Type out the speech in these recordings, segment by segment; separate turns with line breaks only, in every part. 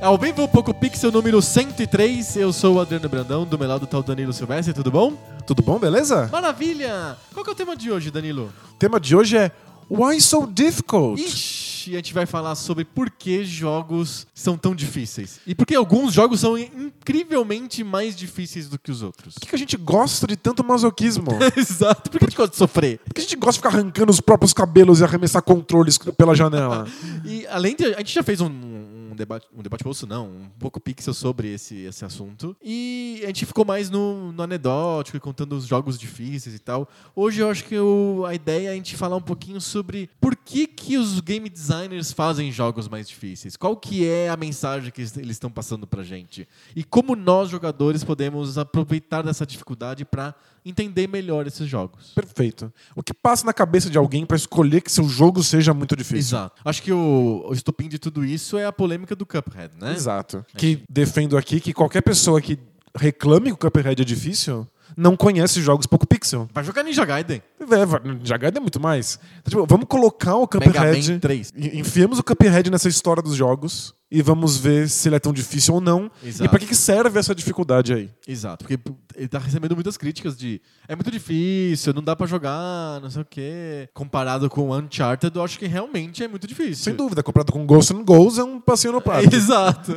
É Ao vivo, Poco Pixel número 103, eu sou o Adriano Brandão, do meu lado tá o Danilo Silvestre, tudo bom?
Tudo bom, beleza?
Maravilha! Qual que é o tema de hoje, Danilo?
O tema de hoje é Why So Difficult?
Ixi, a gente vai falar sobre por que jogos são tão difíceis. E por que alguns jogos são incrivelmente mais difíceis do que os outros.
Por que, que a gente gosta de tanto masoquismo? Por
Exato, por que a gente gosta de sofrer?
que a gente gosta de ficar arrancando os próprios cabelos e arremessar controles pela janela?
E além de. A gente já fez um. um debate, um debate bolso, não, um pouco pixel sobre esse, esse assunto. E a gente ficou mais no, no anedótico e contando os jogos difíceis e tal. Hoje eu acho que o- a ideia é a gente falar um pouquinho sobre por que, que os game designers fazem jogos mais difíceis. Qual que é a mensagem que eles eles estão passando pra gente. E como nós, jogadores, podemos aproveitar dessa dificuldade pra entender melhor esses jogos.
Perfeito. O que passa na cabeça de alguém pra escolher que seu jogo seja muito difícil?
Exato. Acho que o, o estopim de tudo isso é a polêmica do Cuphead, né?
Exato. Que defendo aqui que qualquer pessoa que reclame que o Cuphead é difícil não conhece jogos pouco pixel.
Vai jogar Ninja Gaiden.
É, va- já ganha muito mais. Então, tipo, vamos colocar o
Mega
Cuphead...
Man 3.
E- Enfiamos o Cuphead nessa história dos jogos e vamos ver se ele é tão difícil ou não.
Exato.
E pra que que serve essa dificuldade aí?
Exato, porque ele tá recebendo muitas críticas de é muito difícil, não dá pra jogar, não sei o quê. Comparado com Uncharted, eu acho que realmente é muito difícil.
Sem dúvida, comparado com Ghost and Goals é um passeio no prato.
Exato.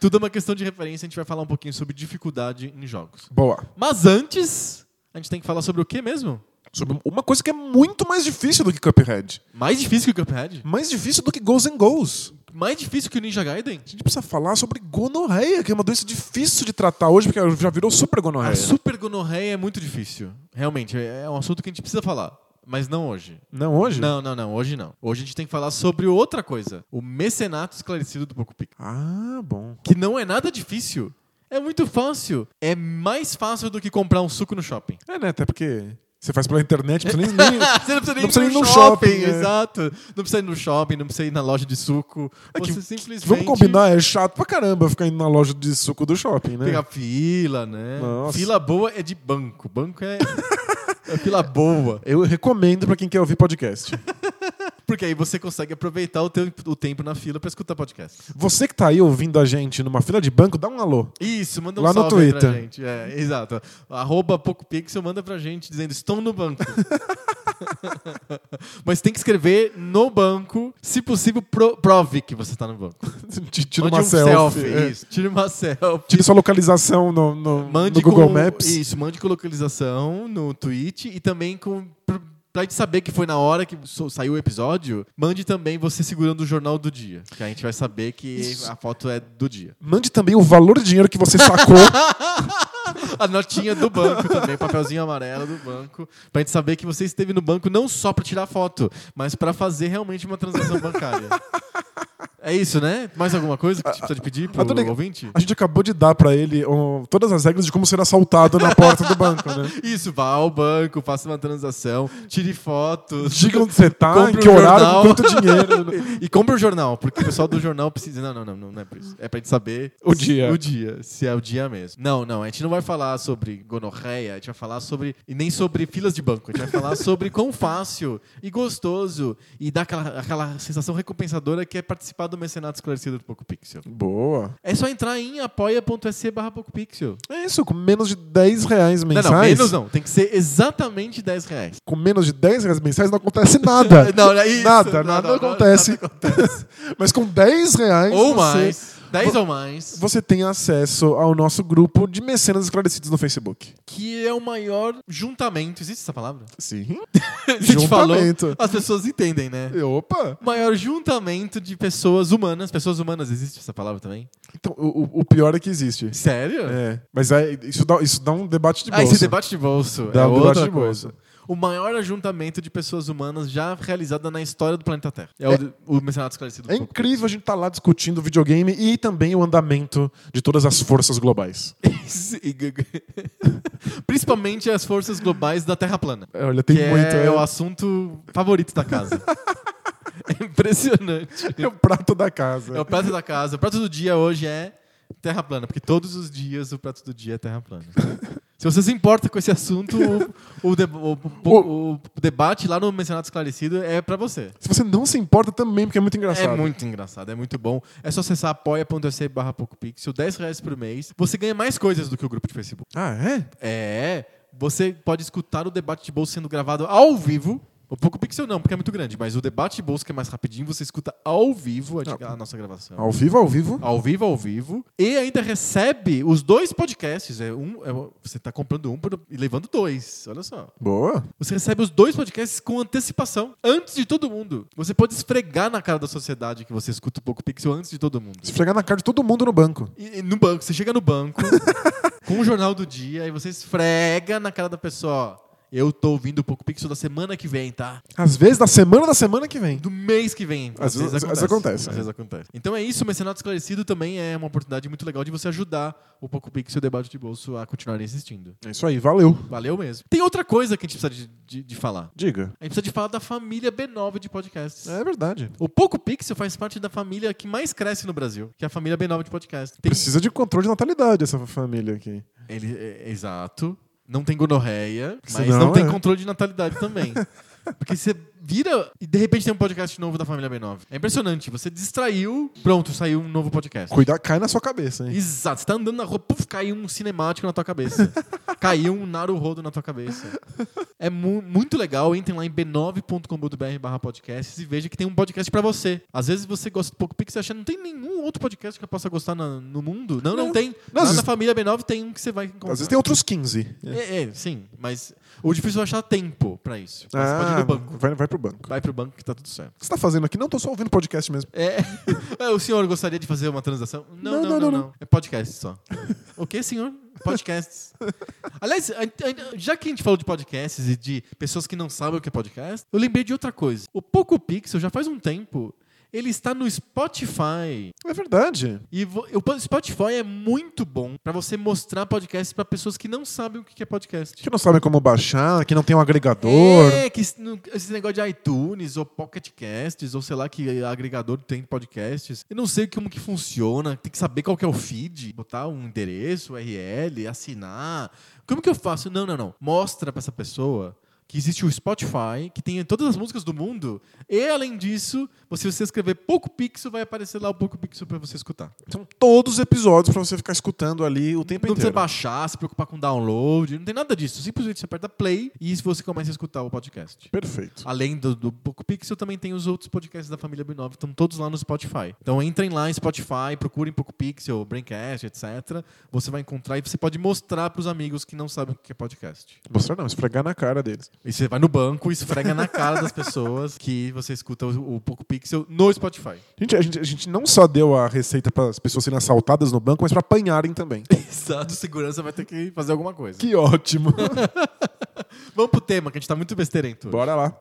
Tudo é uma questão de referência, a gente vai falar um pouquinho sobre dificuldade em jogos.
Boa.
Mas antes, a gente tem que falar sobre o que mesmo?
Sobre uma coisa que é muito mais difícil do que Cuphead.
Mais difícil que o Cuphead?
Mais difícil do que Ghosts and Goals.
Mais difícil que o Ninja Gaiden?
A gente precisa falar sobre gonorreia, que é uma doença difícil de tratar hoje, porque já virou super gonorreia.
A super gonorreia é muito difícil. Realmente, é é um assunto que a gente precisa falar. Mas não hoje.
Não hoje?
Não, não, não. Hoje não. Hoje a gente tem que falar sobre outra coisa. O mecenato esclarecido do Poco Pico.
Ah, bom.
Que não é nada difícil. É muito fácil. É mais fácil do que comprar um suco no shopping.
É, né? Até porque você faz pela internet, não precisa nem... nem-
Você não precisa nem
Não precisa
ir no,
ir no
shopping. né?
shopping, é.
Exato. Não precisa ir no shopping, não precisa ir na loja de suco.
É que-
Você simplesmente...
Vamos combinar, é chato pra caramba ficar indo na loja de suco do shopping, né?
Pegar fila, né?
Nossa.
Fila boa é de banco. Banco é... é fila boa.
Eu recomendo pra quem quer ouvir podcast.
Porque aí você consegue aproveitar o tempo, o tempo na fila pra escutar podcast.
Você que tá aí ouvindo a gente numa fila de banco, dá um alô.
Isso, manda um
Lá no
salve aí pra
Twitter.
gente. É, exato. Arroba PocoPixel, manda pra gente dizendo estou no banco. Mas tem que escrever no banco, se possível, pro- prove que você tá no banco.
Te Tira
Mande
uma
um
selfie. é.
Isso, tira uma selfie.
Tira sua localização no, no-
Mande
no Google
com,
Maps.
Isso, mande com localização no tweet e também com. pr- Pra gente saber que foi na hora que so- saiu o episódio, mande também você segurando o jornal do dia. Que a gente vai saber que
Isso.
a foto é do dia.
Mande também o valor de dinheiro que você sacou.
A notinha do banco também, papelzinho amarelo do banco. Pra gente saber que você esteve no banco não só pra tirar foto, mas pra fazer realmente uma transação bancária. É isso, né? Mais alguma coisa que a gente precisa de pedir pro
Eu tô ligado.
ouvinte?
a gente acabou de dar pra ele ó, todas as regras de como ser assaltado na porta do banco, né?
Isso, vá ao banco, faça uma transação, tire fotos.
Diga onde você tá, em
Compre
que
um
horário,
jornal.
com quanto dinheiro. né?
E compra o jornal, porque o pessoal do jornal precisa. Não, não, não, não, não é por isso. É pra gente saber
O
se-
dia.
o dia, se é o dia mesmo. Não, não, a gente não vai falar sobre gonorreia, a gente vai falar sobre. E nem sobre filas de banco. A gente vai falar sobre quão fácil e gostoso e dá aquela, aquela sensação recompensadora que é participar do mecenato esclarecido do Poco Pixel.
Boa.
É só entrar em apoia.se barra PocoPixel.
É isso, com menos de 10 reais
Não,
mensais.
não, menos não. Tem que ser exatamente 10 reais.
Com menos de 10 reais mensais não acontece nada.
Não, não é isso.
Nada,
Não,
nada
não, não,
acontece. Mas com 10 reais
Ou
você
mais. 10 ou mais.
Você tem acesso ao nosso grupo de mecenas esclarecidos no Facebook.
Que é o maior juntamento. Existe essa palavra?
Sim.
A gente falou.
Juntamento.
As pessoas entendem, né?
Opa!
Maior juntamento de pessoas humanas. Pessoas humanas, existe essa palavra também?
Então, o, o- o pior é que existe.
Sério?
É. Mas é- isso, dá, isso dá um debate de
Ah,
bolsa.
esse debate de bolso.
Dá
é
um
outra
debate de
coisa.
bolso.
O maior ajuntamento de pessoas humanas já realizada na história do planeta Terra. É, o, o mencionado esclarecido.
É
do pouco.
incrível a gente estar lá discutindo videogame e também o andamento de todas as forças globais.
Principalmente as forças globais da Terra plana.
Olha, tem
que
muito.
é,
é-
o assunto favorito da casa. é impressionante.
é o prato da casa.
É o prato da casa. O prato do dia hoje é terra plana, porque todos os dias o prato do dia é terra plana. Se você se importa com esse assunto, o, o, de- o- o- o debate lá no Mencionado Esclarecido é pra você.
Se você não se importa também, porque é muito engraçado.
É muito engraçado, é muito bom. É só acessar apoia.se barra PocoPixel, 10 reais por mês. Você ganha mais coisas do que o grupo de Facebook.
Ah, é?
É, você pode escutar o debate de bolsa sendo gravado ao vivo. O PocoPixel não, porque é muito grande, mas o debate de bolsa que é mais rapidinho, você escuta ao vivo a, a nossa gravação.
Ao vivo, ao vivo.
Ao vivo, ao vivo. E ainda recebe os dois podcasts. É um, é um- você está comprando um por- e levando dois. Olha só.
Boa.
Você recebe os dois podcasts com antecipação, antes de todo mundo. Você pode esfregar na cara da sociedade que você escuta o Poco Pixel antes de todo mundo.
Se pegar na cara de todo mundo no banco.
E- e no banco, você chega no banco com o jornal do dia e você esfrega na cara da pessoa. ó, Eu tô ouvindo o Poco Pixel da semana que vem, tá?
Às vezes, da semana da semana que vem.
Do mês que vem.
Às vezes- às vezes acontece,
Às
é.
vezes acontece. Então é isso, o Mecenato Esclarecido também é uma oportunidade muito legal de você ajudar o Poco Pixel e o Debate de Bolso a continuar existindo.
É isso aí, valeu.
Valeu mesmo. Tem outra coisa que a gente precisa de, de- de falar.
Diga.
A gente precisa de falar da família B9 de podcasts.
É verdade.
O Poco Pixel faz parte da família que mais cresce no Brasil, que é a família B9 de podcasts. Tem-
Precisa de controle de natalidade essa família aqui.
Ele, é- é exato. Não tem gonorreia, mas
Senão,
não tem
é.
controle de natalidade também. Porque você vira e de repente tem um podcast novo da família B9. É impressionante. Você distraiu, pronto, saiu um novo podcast.
Cuidar cai na sua cabeça, hein?
Exato. Você tá andando na rua, puf, caiu um cinemático na tua cabeça. caiu um Naruhodo na tua cabeça. É mu- muito legal. Entrem lá em b9.com.br barra podcasts e veja que tem um podcast pra você. Às vezes você gosta do Poco Pix e acha não tem nenhum outro podcast que eu possa gostar na- no mundo. Não, não,
Não.
tem.
Não,
lá na
às vezes-
família B9 tem um que você vai encontrar.
Às vezes tem outros 15.
É, é, sim, mas o difícil é achar tempo pra isso. Mas
Ah,
pode ir no banco.
Vai, vai pro banco.
Vai pro banco que tá tudo certo.
O que você tá fazendo aqui? Não, tô só ouvindo podcast mesmo.
É, é, o senhor gostaria de fazer uma transação? Não, não,
Não,
não.
não,
não,
não,
É podcast só. o que, senhor? Podcasts. Aliás, a- a- já que a gente falou de podcasts e de pessoas que não sabem o que é podcast, eu lembrei de outra coisa. O Poco Pixel já faz um tempo. Ele está no Spotify.
É verdade.
E vo- o Spotify é muito bom pra você mostrar podcasts pra pessoas que não sabem o que é podcast.
Que não sabem como baixar, que não tem um agregador.
É, que esse, no- esse negócio de iTunes ou Pocket Casts, ou sei lá que agregador tem de podcasts. Eu não sei como que funciona, tem que saber qual que é o feed, botar um endereço, URL, assinar. Como que eu faço? Não, não, não. Mostra pra essa pessoa que existe o Spotify, que tem todas as músicas do mundo, e além disso, se você escrever Poco Pixel, vai aparecer lá o Poco Pixel pra você escutar.
São todos os episódios pra você ficar escutando ali o tempo
Não precisa
inteiro.
baixar, se preocupar com download, não tem nada disso. Simplesmente você aperta play e isso você começa a escutar o podcast.
Perfeito.
Além do, do Poco Pixel, também tem os outros podcasts da família B9, estão todos lá no Spotify. Então entrem lá em Spotify, procurem Poco Pixel, Braincast, etc. Você vai encontrar e você pode mostrar pros amigos que não sabem o que é podcast.
Mostrar não, esfregar na cara deles.
E você vai no banco e esfrega na cara das pessoas que você escuta o, o Poco Pixel no Spotify.
Gente, a, gente, a gente não só deu a receita para as pessoas serem assaltadas no banco, mas pra apanharem também.
Exato, segurança vai ter que fazer alguma coisa.
que ótimo.
Vamos pro tema, que a gente tá muito besteirento.
Bora lá.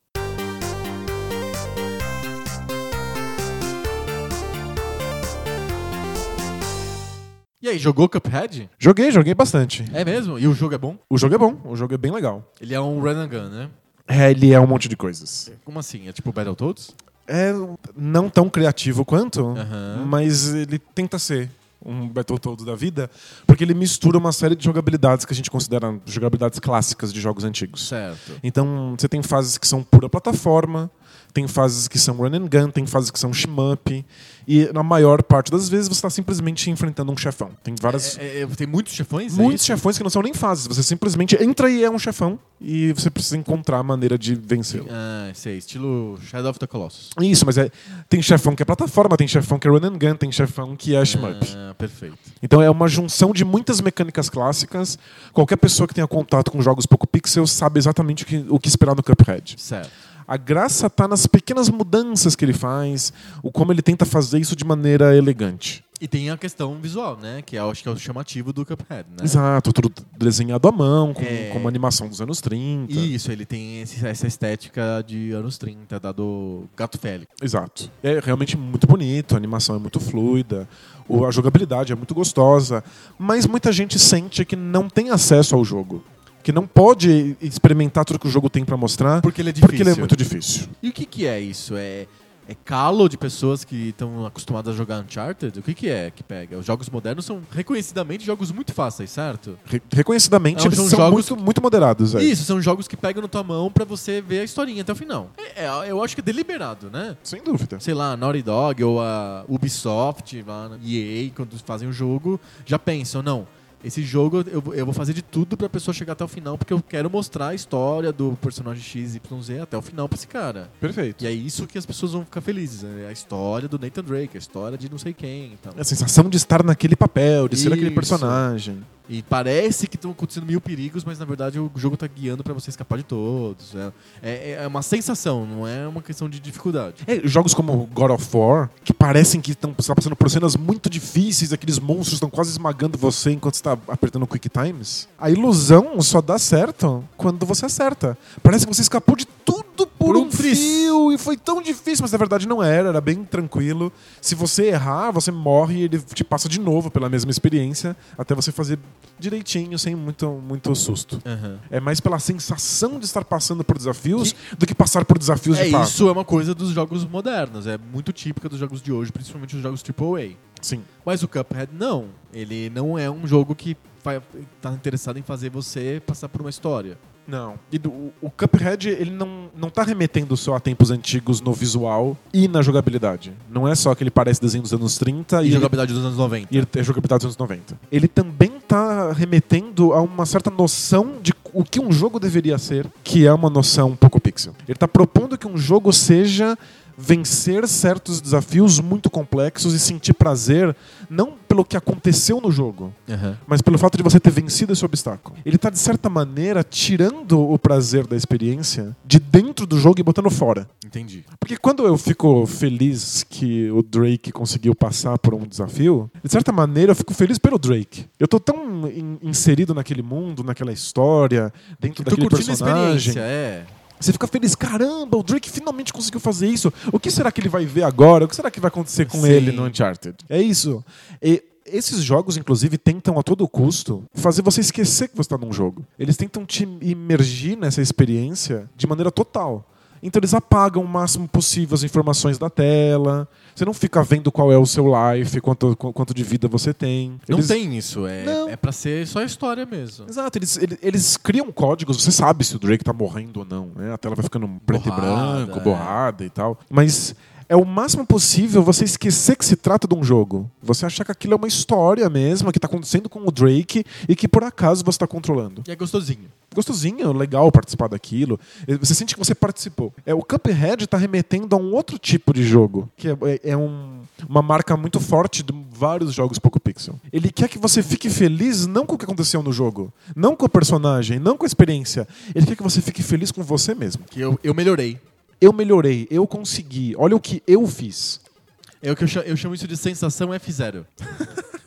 E aí, jogou Cuphead?
Joguei, joguei bastante.
É mesmo? E o jogo é bom?
O jogo é bom, o jogo é bem legal.
Ele é um run and gun, né?
É, ele é um monte de coisas.
Como assim? É tipo Battletoads?
É não tão criativo quanto,
Aham.
mas ele tenta ser um Battletoads da vida, porque ele mistura uma série de jogabilidades que a gente considera jogabilidades clássicas de jogos antigos.
Certo.
Então, você tem fases que são pura plataforma, Tem fases que são run and gun, tem fases que são shmup. E na maior parte das vezes você está simplesmente enfrentando um chefão. Tem várias.
É, é, tem muitos chefões? é
muitos
isso?
chefões que não são nem fases. Você simplesmente entra e é um chefão. E você precisa encontrar a maneira de vencê-lo.
Ah, sei. Estilo Shadow of the Colossus.
Isso, mas é, tem chefão que é plataforma, tem chefão que é run and gun, tem chefão que é shmup.
Ah, perfeito.
Então é uma junção de muitas mecânicas clássicas. Qualquer pessoa que tenha contato com jogos pouco pixel sabe exatamente o que, o que esperar no Cuphead.
Certo.
A graça tá nas pequenas mudanças que ele faz, o como ele tenta fazer isso de maneira elegante.
E tem a questão visual, né? Que eu acho que é o chamativo do Cuphead, né?
Exato, tudo desenhado à mão, com,
É.
com uma animação dos anos 30.
Isso, ele tem esse- essa estética de anos 30, da do Gato Félix.
Exato. É realmente muito bonito, a animação é muito fluida, o- a jogabilidade é muito gostosa, mas muita gente sente que não tem acesso ao jogo, que não pode experimentar tudo que o jogo tem para mostrar,
Porque ele é difícil.
porque ele é muito difícil.
E o que, que é isso? É, é calo de pessoas que estão acostumadas a jogar Uncharted? O que, que é que pega? Os jogos modernos são reconhecidamente jogos muito fáceis, certo?
Re- Reconhecidamente,
Não,
eles
É, são
são,
jogos-
muito, muito moderados. É.
Isso, são jogos que pegam na tua mão pra você ver a historinha até o final. É, é, eu acho que é deliberado, né?
Sem dúvida.
Sei lá, a Naughty Dog ou a Ubisoft, lá na EA, quando fazem o jogo, já pensam, não, esse jogo eu, vou- eu vou fazer de tudo pra pessoa chegar até o final, porque eu quero mostrar a história do personagem XYZ até o final pra esse cara.
Perfeito.
E é isso que as pessoas vão ficar felizes. Né? A história do Nathan Drake, a história de não sei quem. Então.
A sensação de estar naquele papel, de ser aquele
Isso.
personagem.
E parece que estão acontecendo mil perigos, mas na verdade o jogo tá guiando pra você escapar de todos. né? É, é uma sensação, não é uma questão de dificuldade.
É, jogos como God of War, que parecem que estão passando por cenas muito difíceis, aqueles monstros estão quase esmagando você enquanto está apertando Quick Times. A ilusão só dá certo quando você acerta. Parece que você escapou de tudo por,
Por um
um,
triz.
fio e foi tão difícil, mas na verdade não era, era bem tranquilo. Se você errar, você morre e ele te passa de novo pela mesma experiência até você fazer direitinho, sem muito, muito susto.
Aham.
É mais pela sensação de estar passando por desafios do que passar por desafios
É,
de fato.
isso é uma coisa dos jogos modernos, é muito típica dos jogos de hoje, principalmente os jogos AAA.
Sim.
Mas o Cuphead não, ele não é um jogo que fa- tá interessado em fazer você passar por uma história.
Não. E do- o- o Cuphead, ele não, não tá remetendo só a tempos antigos no visual e na jogabilidade. Não é só que ele parece desenho dos anos 30
E,
e, ele,
jogabilidade dos anos 90.
e ele é jogabilidade dos anos 90. Ele também tá remetendo a uma certa noção de o que um jogo deveria ser, que é uma noção um pouco pixel. Ele tá propondo que um jogo seja vencer certos desafios muito complexos e sentir prazer não pelo que aconteceu no jogo,
Aham.
mas pelo fato de você ter vencido esse obstáculo. Ele tá, de certa maneira, tirando o prazer da experiência de dentro do jogo e botando fora.
Entendi.
Porque quando eu fico feliz que o Drake conseguiu passar por um desafio, de certa maneira eu fico feliz pelo Drake. Eu tô tão in- inserido naquele mundo, naquela história, dentro
Tô
daquele
curtindo a experiência,
personagem.
é.
Você fica feliz, caramba, o Drake finalmente conseguiu fazer isso. O que será que ele vai ver agora? O que será que vai acontecer com
Sim.
ele no Uncharted? É isso. E esses jogos, inclusive, tentam a todo custo fazer você esquecer que você está num jogo. Eles tentam te imergir nessa experiência de maneira total. Então eles apagam o máximo possível as informações da tela. Você não fica vendo qual é o seu life, quanto, qu- quanto de vida você tem.
Não
Eles-
tem isso, é,
Não.
é pra ser só história mesmo.
Exato, eles, eles, eles criam códigos, você sabe se o Drake tá morrendo ou não, né? A tela vai ficando preto
Borrada,
e branco,
é.
borrada e tal. Mas é o máximo possível você esquecer que se trata de um jogo. Você achar que aquilo é uma história mesmo, que tá acontecendo com o Drake e que por acaso você tá controlando.
E é gostosinho.
Gostosinho, legal participar daquilo. Eh, Você sente que você participou. É, o Cuphead tá remetendo a um outro tipo de jogo, que é, é- é um- uma marca muito forte de vários jogos pouco pixel. Ele quer que você fique feliz não com o que aconteceu no jogo, não com o personagem, não com a experiência. Ele quer que você fique feliz com você mesmo.
Que eu, eu melhorei.
Eu melhorei, eu consegui, olha o que eu fiz.
É o que eu chamo, eu chamo isso de sensação F0.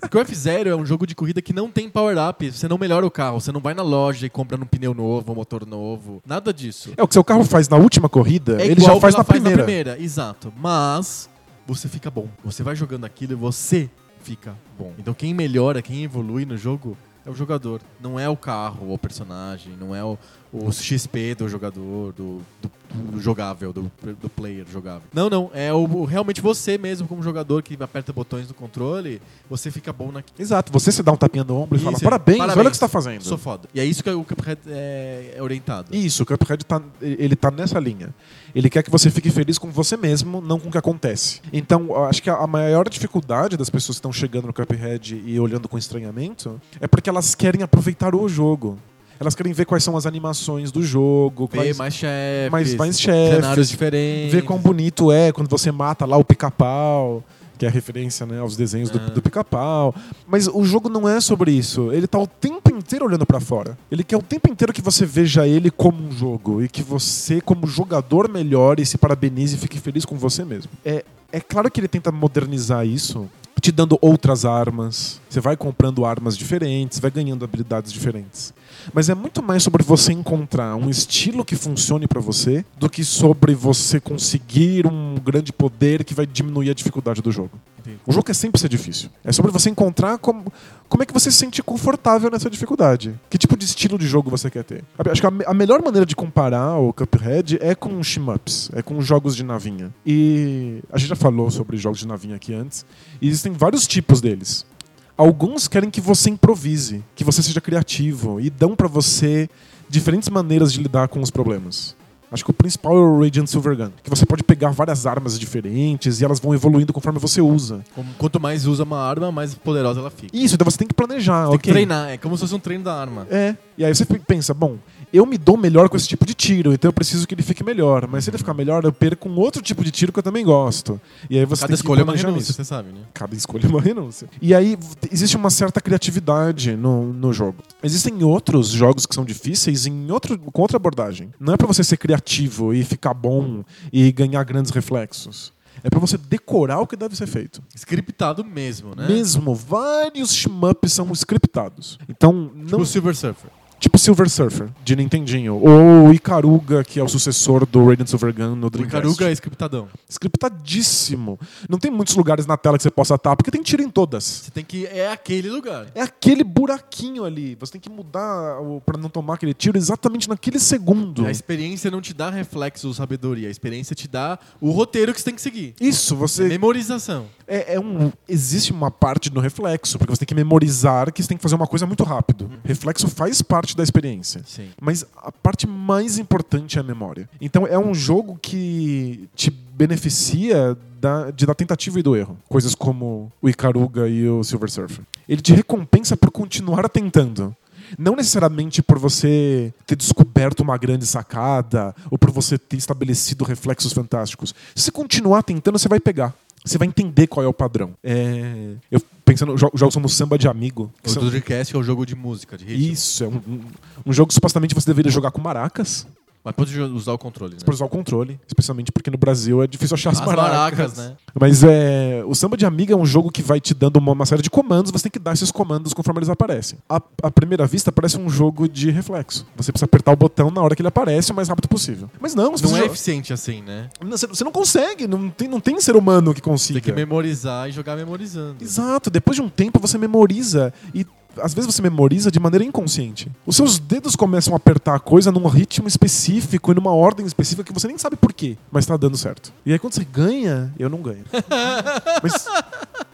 Porque o F0 é um jogo de corrida que não tem power-up. Você não melhora o carro, você não vai na loja e compra um pneu novo, um motor novo. Nada disso.
É o que seu carro faz na última corrida,
É
ele
igual
já faz,
que ela
na, primeira.
Exato. Mas você fica bom. Você vai jogando aquilo e você fica bom. Então quem melhora, quem evolui no jogo é o jogador. Não é o carro, o personagem, não é o, o XP do jogador, do, do do jogável, do, do player jogável. Não, não. É o, o- realmente você mesmo, como jogador que aperta botões no controle, você fica bom naquilo.
Exato, você se dá um tapinha no ombro e fala,
Isso, é
parabéns, olha o que
parabéns.
você tá fazendo.
Sou foda. E é isso que o Cuphead é, é orientado.
Isso, o Cuphead tá, ele tá nessa linha. Ele quer que você fique feliz com você mesmo, não com o que acontece. Então, eu acho que a a maior dificuldade das pessoas que estão chegando no Cuphead e olhando com estranhamento é porque elas querem aproveitar o jogo. Elas querem ver quais são as animações do jogo,
Vê
quais,
mais chefes,
mais- mais chefes,
cenários diferentes.
ver quão bonito é quando você mata lá o pica-pau, que é a referência né, aos desenhos do, do pica-pau. Mas o jogo não é sobre isso. Ele tá o tempo inteiro olhando pra fora. Ele quer o tempo inteiro que você veja ele como um jogo e que você, como jogador, melhore, se parabenize e fique feliz com você mesmo. É, é claro que ele tenta modernizar isso. Te dando outras armas, você vai comprando armas diferentes, vai ganhando habilidades diferentes. Mas é muito mais sobre você encontrar um estilo que funcione pra você do que sobre você conseguir um grande poder que vai diminuir a dificuldade do jogo.
Entendi.
O jogo é sempre ser difícil. É sobre você encontrar como, como é que você se sente confortável nessa dificuldade. Que tipo de estilo de jogo você quer ter. Sabe, Acho que a, me- a melhor maneira de comparar o Cuphead é com shmups, é com jogos de navinha. E a gente já falou sobre jogos de navinha aqui antes. E existem vários tipos deles. Alguns querem que você improvise, que você seja criativo e dão pra você diferentes maneiras de lidar com os problemas. Acho que o principal é o Radiant Silver Gun, que você pode pegar várias armas diferentes e elas vão evoluindo conforme você usa.
Como- Quanto mais usa uma arma, mais poderosa ela fica.
Isso, então você tem que planejar,
Tem que
ok?
treinar. É como se fosse um treino da arma.
É. E aí você pensa, bom, eu me dou melhor com esse tipo de tiro, então eu preciso que ele fique melhor. Mas se ele ficar melhor, eu perco um outro tipo de tiro que eu também gosto. E aí você
Cada
tem que
escolha é uma
planejar
renúncia,
isso.
você sabe, né?
Cada escolha é uma renúncia. E aí v- existe uma certa criatividade no, no jogo. Existem outros jogos que são difíceis em outro, com outra abordagem. Não é pra você ser criativo e ficar bom e ganhar grandes reflexos. É pra você decorar o que deve ser feito.
Scriptado mesmo, né?
Mesmo vários shmups são scriptados. Então,
Tipo
não
o Silver Surfer.
Tipo Silver Surfer, de Nintendinho. Ou Icaruga, que é o sucessor do Raiden Silver Gun no
O
Dreamcast.
Icaruga é scriptadão.
Scriptadíssimo. Não tem muitos lugares na tela que você possa estar, porque tem tiro em todas.
Você tem que. É aquele lugar.
É aquele buraquinho ali. Você tem que mudar o- pra não tomar aquele tiro exatamente naquele segundo.
A experiência não te dá reflexo ou sabedoria. A experiência te dá o roteiro que você tem que seguir.
Isso, você.
Memorização.
É, é um, existe uma parte do reflexo, porque você tem que memorizar que você tem que fazer uma coisa muito rápido. Reflexo faz parte da experiência.
Sim.
Mas a parte mais importante é a memória. Então é um jogo que te beneficia da, de, da tentativa e do erro. Coisas como o Icaruga e o Silver Surfer. Ele te recompensa por continuar tentando. Não necessariamente por você ter descoberto uma grande sacada ou por você ter estabelecido reflexos fantásticos. Se você continuar tentando, você vai pegar. Você vai entender qual é o padrão. É, Eu pensando, jo- jogos como Samba de Amigo. que
O
são-
Dreamcast é o jogo de música, de ritmo.
isso, é um, um- um jogo que supostamente você deveria jogar com maracas,
Mas pode jo- usar o controle, né?
pra usar o controle, especialmente porque no Brasil é difícil achar as,
As maracas, né?
Mas é, o Samba de Amiga é um jogo que vai te dando uma, uma série de comandos, você tem que dar esses comandos conforme eles aparecem. À, à primeira vista, parece um jogo de reflexo. Você precisa apertar o botão na hora que ele aparece o mais rápido possível. Mas não, se
Não
você
é
jo-
eficiente assim, né?
Não, você, você não consegue, não tem, não tem ser humano que consiga.
Tem que memorizar e jogar memorizando.
Exato, depois de um tempo você memoriza e às vezes você memoriza de maneira inconsciente. Os seus dedos começam a apertar a coisa num ritmo específico e numa ordem específica que você nem sabe por quê, mas tá dando certo. E aí quando você ganha, eu não ganho. mas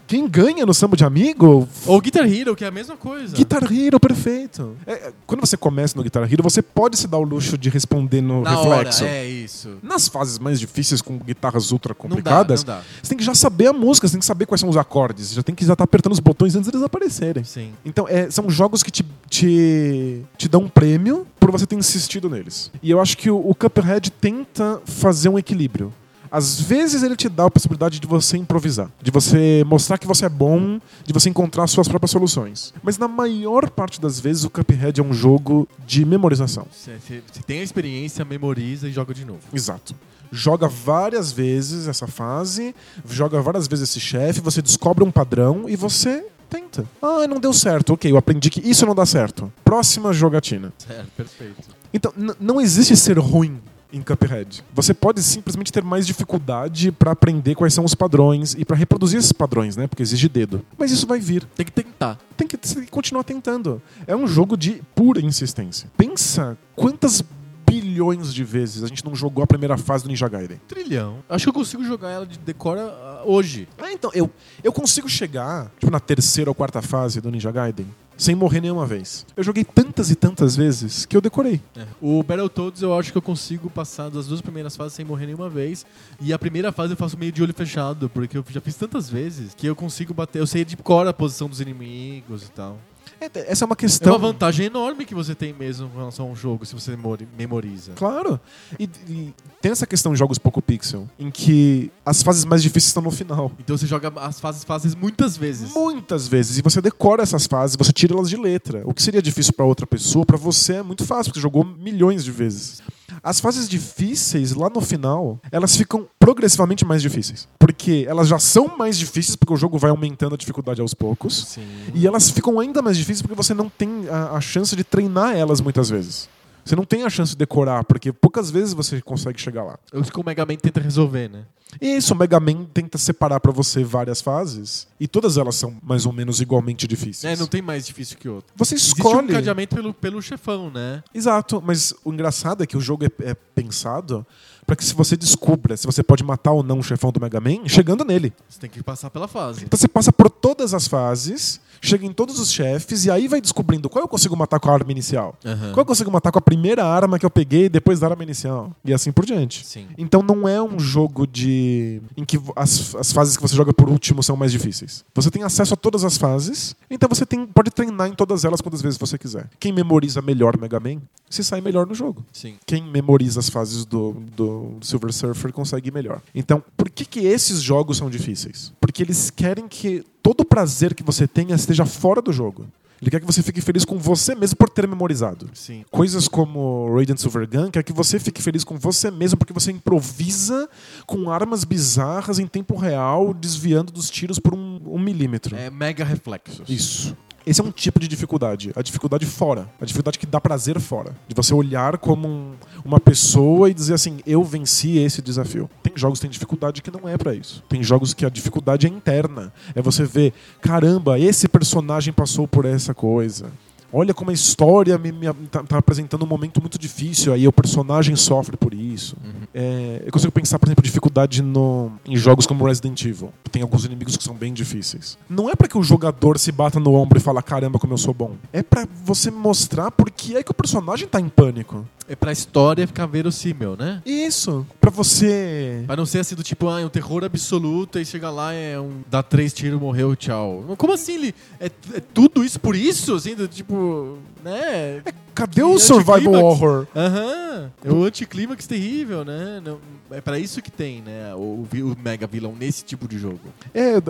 quem ganha no samba de amigo?
Ou Guitar Hero, que é a mesma coisa.
Guitar Hero, perfeito. É, é, quando você começa no Guitar Hero, você pode se dar o luxo de responder no
Na
reflexo.
hora, é isso.
Nas fases mais difíceis, com guitarras ultra
Não dá,
complicadas,
não dá.
você tem que já saber a música, você tem que saber quais são os acordes, já tem que já estar apertando os botões antes deles aparecerem.
Sim.
Então, é, são jogos que te, te, te dão um prêmio por você ter insistido neles. E eu acho que o, o Cuphead tenta fazer um equilíbrio. Às vezes ele te dá a possibilidade de você improvisar, de você mostrar que você é bom, de você encontrar suas próprias soluções. Mas na maior parte das vezes o Cuphead é um jogo de memorização.
Você você- você tem a experiência, memoriza e joga de novo.
Exato. Joga várias vezes essa fase, joga várias vezes esse chefe, você descobre um padrão e você tenta. Ah, não deu certo. Ok, eu aprendi que isso não dá certo. Próxima jogatina.
Certo, perfeito.
Então, n- não existe ser ruim em Cuphead. Você pode simplesmente ter mais dificuldade pra aprender quais são os padrões e pra reproduzir esses padrões, né? Porque exige dedo. Mas isso vai vir
Tem que tentar.
tem que, você tem que continuar tentando. É um jogo de pura insistência. Pensa quantas bilhões trilhões de vezes. A gente não jogou a primeira fase do Ninja Gaiden.
Um Trilhão. Acho que eu consigo jogar ela de decora ah, hoje.
Ah, então, eu, eu consigo chegar, tipo, na terceira ou quarta fase do Ninja Gaiden, sem morrer nenhuma vez. Eu joguei tantas e tantas vezes que eu decorei.
O Battletoads eu acho que eu consigo passar das duas primeiras fases sem morrer nenhuma vez. E a primeira fase eu faço meio de olho fechado, porque eu já fiz tantas vezes que eu consigo bater. Eu sei de cor a posição dos inimigos e tal.
É, essa é uma
É
questão.
uma vantagem enorme que você tem mesmo em relação a um jogo, se você memori- memoriza.
Claro. E, e tem essa questão de jogos pouco pixel, em que as fases mais difíceis estão no final.
Então você joga as fases fáceis muitas vezes.
Muitas vezes. E você decora essas fases, você tira elas de letra. O que seria difícil pra outra pessoa, pra você é muito fácil, porque você jogou milhões de vezes. As fases difíceis, lá no final, elas ficam progressivamente mais difíceis. Porque elas já são mais difíceis, porque o jogo vai aumentando a dificuldade aos poucos.
Sim.
E elas ficam ainda mais difíceis porque você não tem a, a chance de treinar elas muitas vezes. Você não tem a chance de decorar, porque poucas vezes você consegue chegar lá.
É isso que o Mega Man tenta resolver, né?
E isso, o Mega Man tenta separar pra você várias fases, e todas elas são mais ou menos igualmente difíceis.
É, não tem mais difícil que outro.
Você
Existe um
escolhe.
encadeamento pelo, pelo chefão, né?
Exato, mas o engraçado é que o jogo é, é pensado pra que se você descubra se você pode matar ou não o chefão do Mega Man chegando nele.
Você tem que passar pela fase.
Então você passa por todas as fases, chega em todos os chefes e aí vai descobrindo qual eu consigo matar com a arma inicial.
Aham.
Qual eu consigo matar com a primeira arma que eu peguei depois da arma inicial? E assim por diante.
Sim.
Então não é um jogo de. em que vo- as, as fases que você joga por último são mais difíceis. Você tem acesso a todas as fases, então você tem, pode treinar em todas elas quantas vezes você quiser. Quem memoriza melhor Mega Man se sai melhor no jogo.
Sim.
Quem memoriza as fases do, do Silver Surfer consegue ir melhor. Então, por que, que esses jogos são difíceis? Porque eles querem que todo o prazer que você tenha esteja fora do jogo. Ele quer que você fique feliz com você mesmo por ter memorizado.
Sim.
Coisas como Raiden Silver Gun quer que você fique feliz com você mesmo, porque você improvisa com armas bizarras em tempo real, desviando dos tiros por um, um milímetro.
É mega reflexos.
Isso. Esse é um tipo de dificuldade. A dificuldade fora. A dificuldade que dá prazer fora. De você olhar como um- uma pessoa e dizer assim, eu venci esse desafio. Tem jogos que tem dificuldade que não é pra isso. Tem jogos que a dificuldade é interna. É você ver, caramba, esse personagem passou por essa coisa. Olha como a história me, me tá, tá apresentando um momento muito difícil, aí o personagem sofre por isso. É, eu consigo pensar, por exemplo, dificuldade no- em jogos como Resident Evil. Tem alguns inimigos que são bem difíceis. Não é pra que o jogador se bata no ombro e fala caramba como eu sou bom. É pra você mostrar por que é que o personagem tá em pânico.
É pra história ficar verossímil, né?
Isso. Pra você.
Pra não ser assim do tipo, ah, é um terror absoluto, e chega lá, é um. Dá três tiros, morreu, tchau. Como assim ele. É, é tudo isso por isso? Assim, do tipo. Né?
Cadê
Que
o survival
anticlímax.
horror?
Aham. É um anticlímax terrível, né? Não- é pra isso que tem, né? O, vi- o mega vilão nesse tipo de jogo.
É, eu,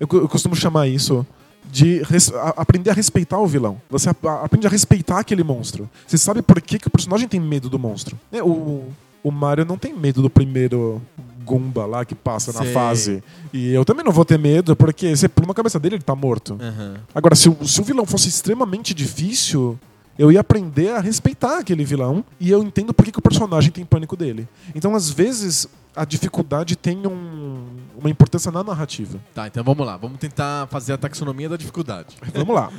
eu- eu costumo chamar isso de res- a- aprender a respeitar o vilão. Você a- a- aprende a respeitar aquele monstro. Você sabe por que, que o personagem tem medo do monstro. Né, o, o Mario não tem medo do primeiro Goomba lá que passa na
Sei.
fase. E eu também não vou ter medo, porque você pula na cabeça dele, ele tá morto.
Aham.
Agora, se o, se o vilão fosse extremamente difícil, eu ia aprender a respeitar aquele vilão e eu entendo por que, que o personagem tem pânico dele. Então, às vezes, a dificuldade tem um- uma importância na narrativa.
Tá, então vamos lá. Vamos tentar fazer a taxonomia da dificuldade.
Vamos lá.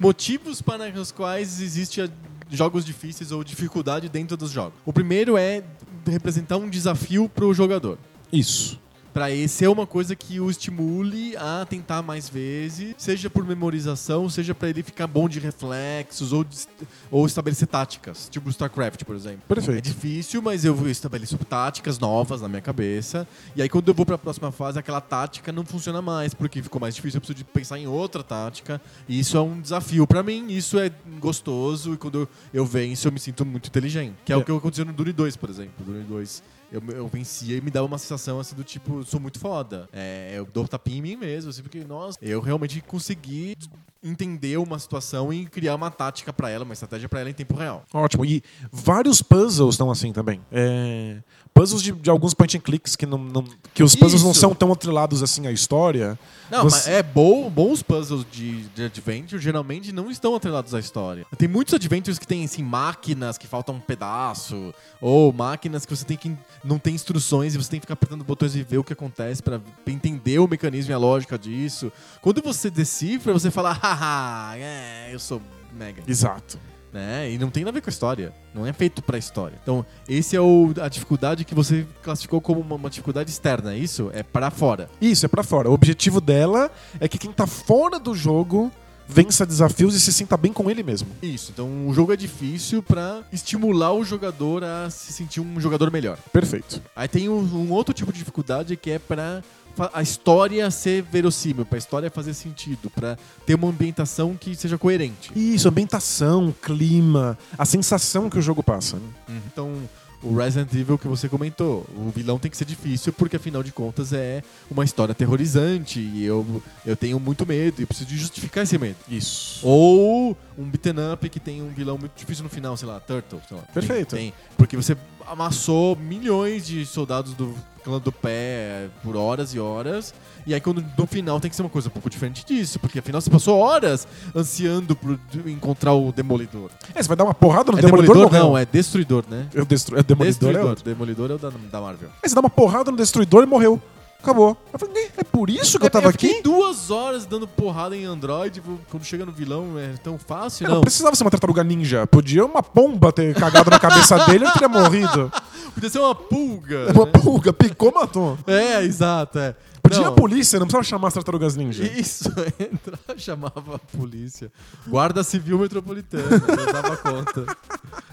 Motivos para os quais existe a- jogos difíceis ou dificuldade dentro dos jogos. O primeiro é representar um desafio pro jogador.
Isso.
Pra esse é uma coisa que o estimule a tentar mais vezes, seja por memorização, seja pra ele ficar bom de reflexos ou, de est- ou estabelecer táticas, tipo StarCraft, por exemplo. É
Perfeito.
difícil, mas eu estabeleço táticas novas na minha cabeça. E aí, quando eu vou pra próxima fase, aquela tática não funciona mais, porque ficou mais difícil. Eu preciso de pensar em outra tática. E isso é um desafio pra mim. Isso é gostoso. E quando eu, eu venço, eu me sinto muito inteligente. Que é,
É.
o que aconteceu no Dune 2, por exemplo. Dune 2. Eu, eu vencia e me dava uma sensação assim do tipo, eu sou muito foda. É, eu dou tapinha em mim mesmo, assim, porque, nossa, eu realmente consegui entender uma situação e criar uma tática pra ela, uma estratégia pra ela em tempo real.
Ótimo. E vários puzzles estão assim também. É, Puzzles de, de alguns point and clicks que, não, não- que os puzzles não
Isso.
são tão atrelados assim à história.
Não, mas
Você-
é bom, bons puzzles de, de adventure geralmente não estão atrelados à história. Tem muitos adventures que tem assim máquinas que faltam um pedaço ou máquinas que você tem que não tem instruções e você tem que ficar apertando botões e ver o que acontece pra pra entender o mecanismo e a lógica disso. Quando você decifra, você fala, haha, é, eu sou mega.
Exato.
né? E não tem nada a ver com a história. Não é feito pra história. Então, esse é o, a dificuldade que você classificou como uma, uma dificuldade externa, é isso? É pra fora.
Isso, é pra fora. O objetivo dela é que quem tá fora do jogo vença desafios e se sinta bem com ele mesmo.
Isso, então o jogo é difícil pra estimular o jogador a se sentir um jogador melhor.
Perfeito.
Aí tem um, um outro tipo de dificuldade que é pra fa- a história ser verossímil, pra história fazer sentido, pra ter uma ambientação que seja coerente.
Isso, ambientação, clima, a sensação que o jogo passa. né?
Então, o Resident Evil que você comentou, o vilão tem que ser difícil porque afinal de contas é uma história aterrorizante e eu, eu tenho muito medo e eu preciso de justificar esse medo.
Isso.
Ou um beaten up que tem um vilão muito difícil no final, sei lá, Turtle, sei lá.
Perfeito.
Tem, tem, porque você amassou milhões de soldados do clã do pé por horas e horas. E aí quando no final tem que ser uma coisa um pouco diferente disso, porque afinal você passou horas ansiando por encontrar o demolidor.
É, você vai dar uma porrada no
é
demolidor, morreu.
não, é destruidor, né?
Eu destru... é demolidor. é
Demolidor.
outro.
Demolidor é o da, da Marvel.
Aí você dá uma porrada no destruidor e morreu. Acabou. Eu falei, "Né? é por isso que eu tava
fiquei
aqui?
duas horas dando porrada em Android. tipo, Quando chega no vilão é tão fácil,
Eu Não
não.
precisava ser uma tartaruga ninja. Podia uma pomba ter cagado na cabeça dele e ele teria morrido.
Podia ser uma pulga.
Uma
né?
pulga, picou, matou.
É, exato. É.
Podia
Não,
a polícia, não precisava chamar as tartarugas ninja.
Isso, entra, chamava a polícia. Guarda Civil Metropolitana, não dava conta.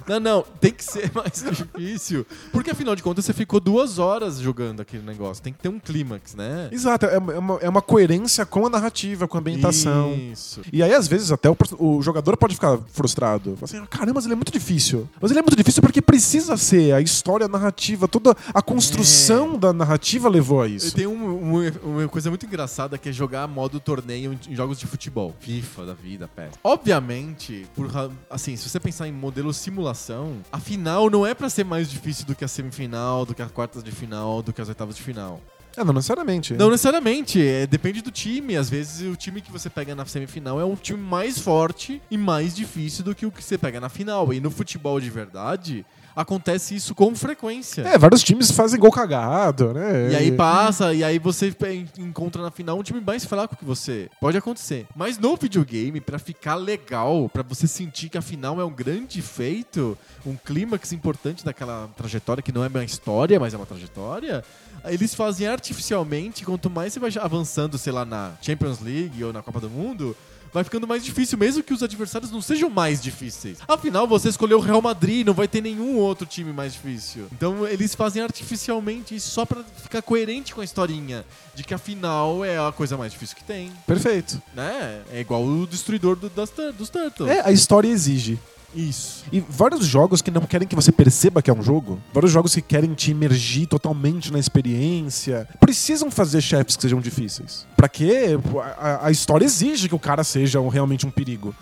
Não, não, tem que ser mais difícil. Porque afinal de contas você ficou duas horas jogando aquele negócio. Tem que ter um clímax, né?
Exato, é uma, é uma- é uma coerência com a narrativa, com a ambientação.
Isso.
E aí, às vezes, até o, pers- o jogador pode ficar frustrado. Fala Assim, caramba, mas ele é muito difícil. Mas ele é muito difícil porque precisa ser. A história, a narrativa, toda a construção da narrativa levou a
Eu
isso.
tenho um- um- uma coisa muito engraçada que é jogar modo torneio em- em jogos de futebol. FIFA da vida, PES. Obviamente, por ra- assim, se você pensar em modelo simulação, a final não é pra ser mais difícil do que a semifinal, do que as quartas de final, do que as oitavas de final.
É, não necessariamente.
Não necessariamente, é, depende do time. Às vezes o time que você pega na semifinal é um time mais forte e mais difícil do que o que você pega na final. E no futebol de verdade, acontece isso com frequência.
É, vários times fazem gol cagado, né?
E aí passa, e aí você pe- encontra na final um time mais fraco que você. Pode acontecer. Mas no videogame, pra ficar legal, pra você sentir que a final é um grande feito, um clímax importante daquela trajetória, que não é uma história, mas é uma trajetória, eles fazem artificialmente, quanto mais você vai avançando, sei lá, na Champions League ou na Copa do Mundo, vai ficando mais difícil, mesmo que os adversários não sejam mais difíceis. Afinal, você escolheu o Real Madrid, não vai ter nenhum outro time mais difícil. Então, eles fazem artificialmente isso só pra ficar coerente com a historinha de que afinal é a coisa mais difícil que tem,
Perfeito.
né? É igual o destruidor do- das Tur- dos Turtles.
É, a história exige.
Isso.
E vários jogos que não querem que você perceba que é um jogo, vários jogos que querem te imergir totalmente na experiência, precisam fazer chefes que sejam difíceis. Pra quê? A- A, a história exige que o cara seja um- realmente um perigo.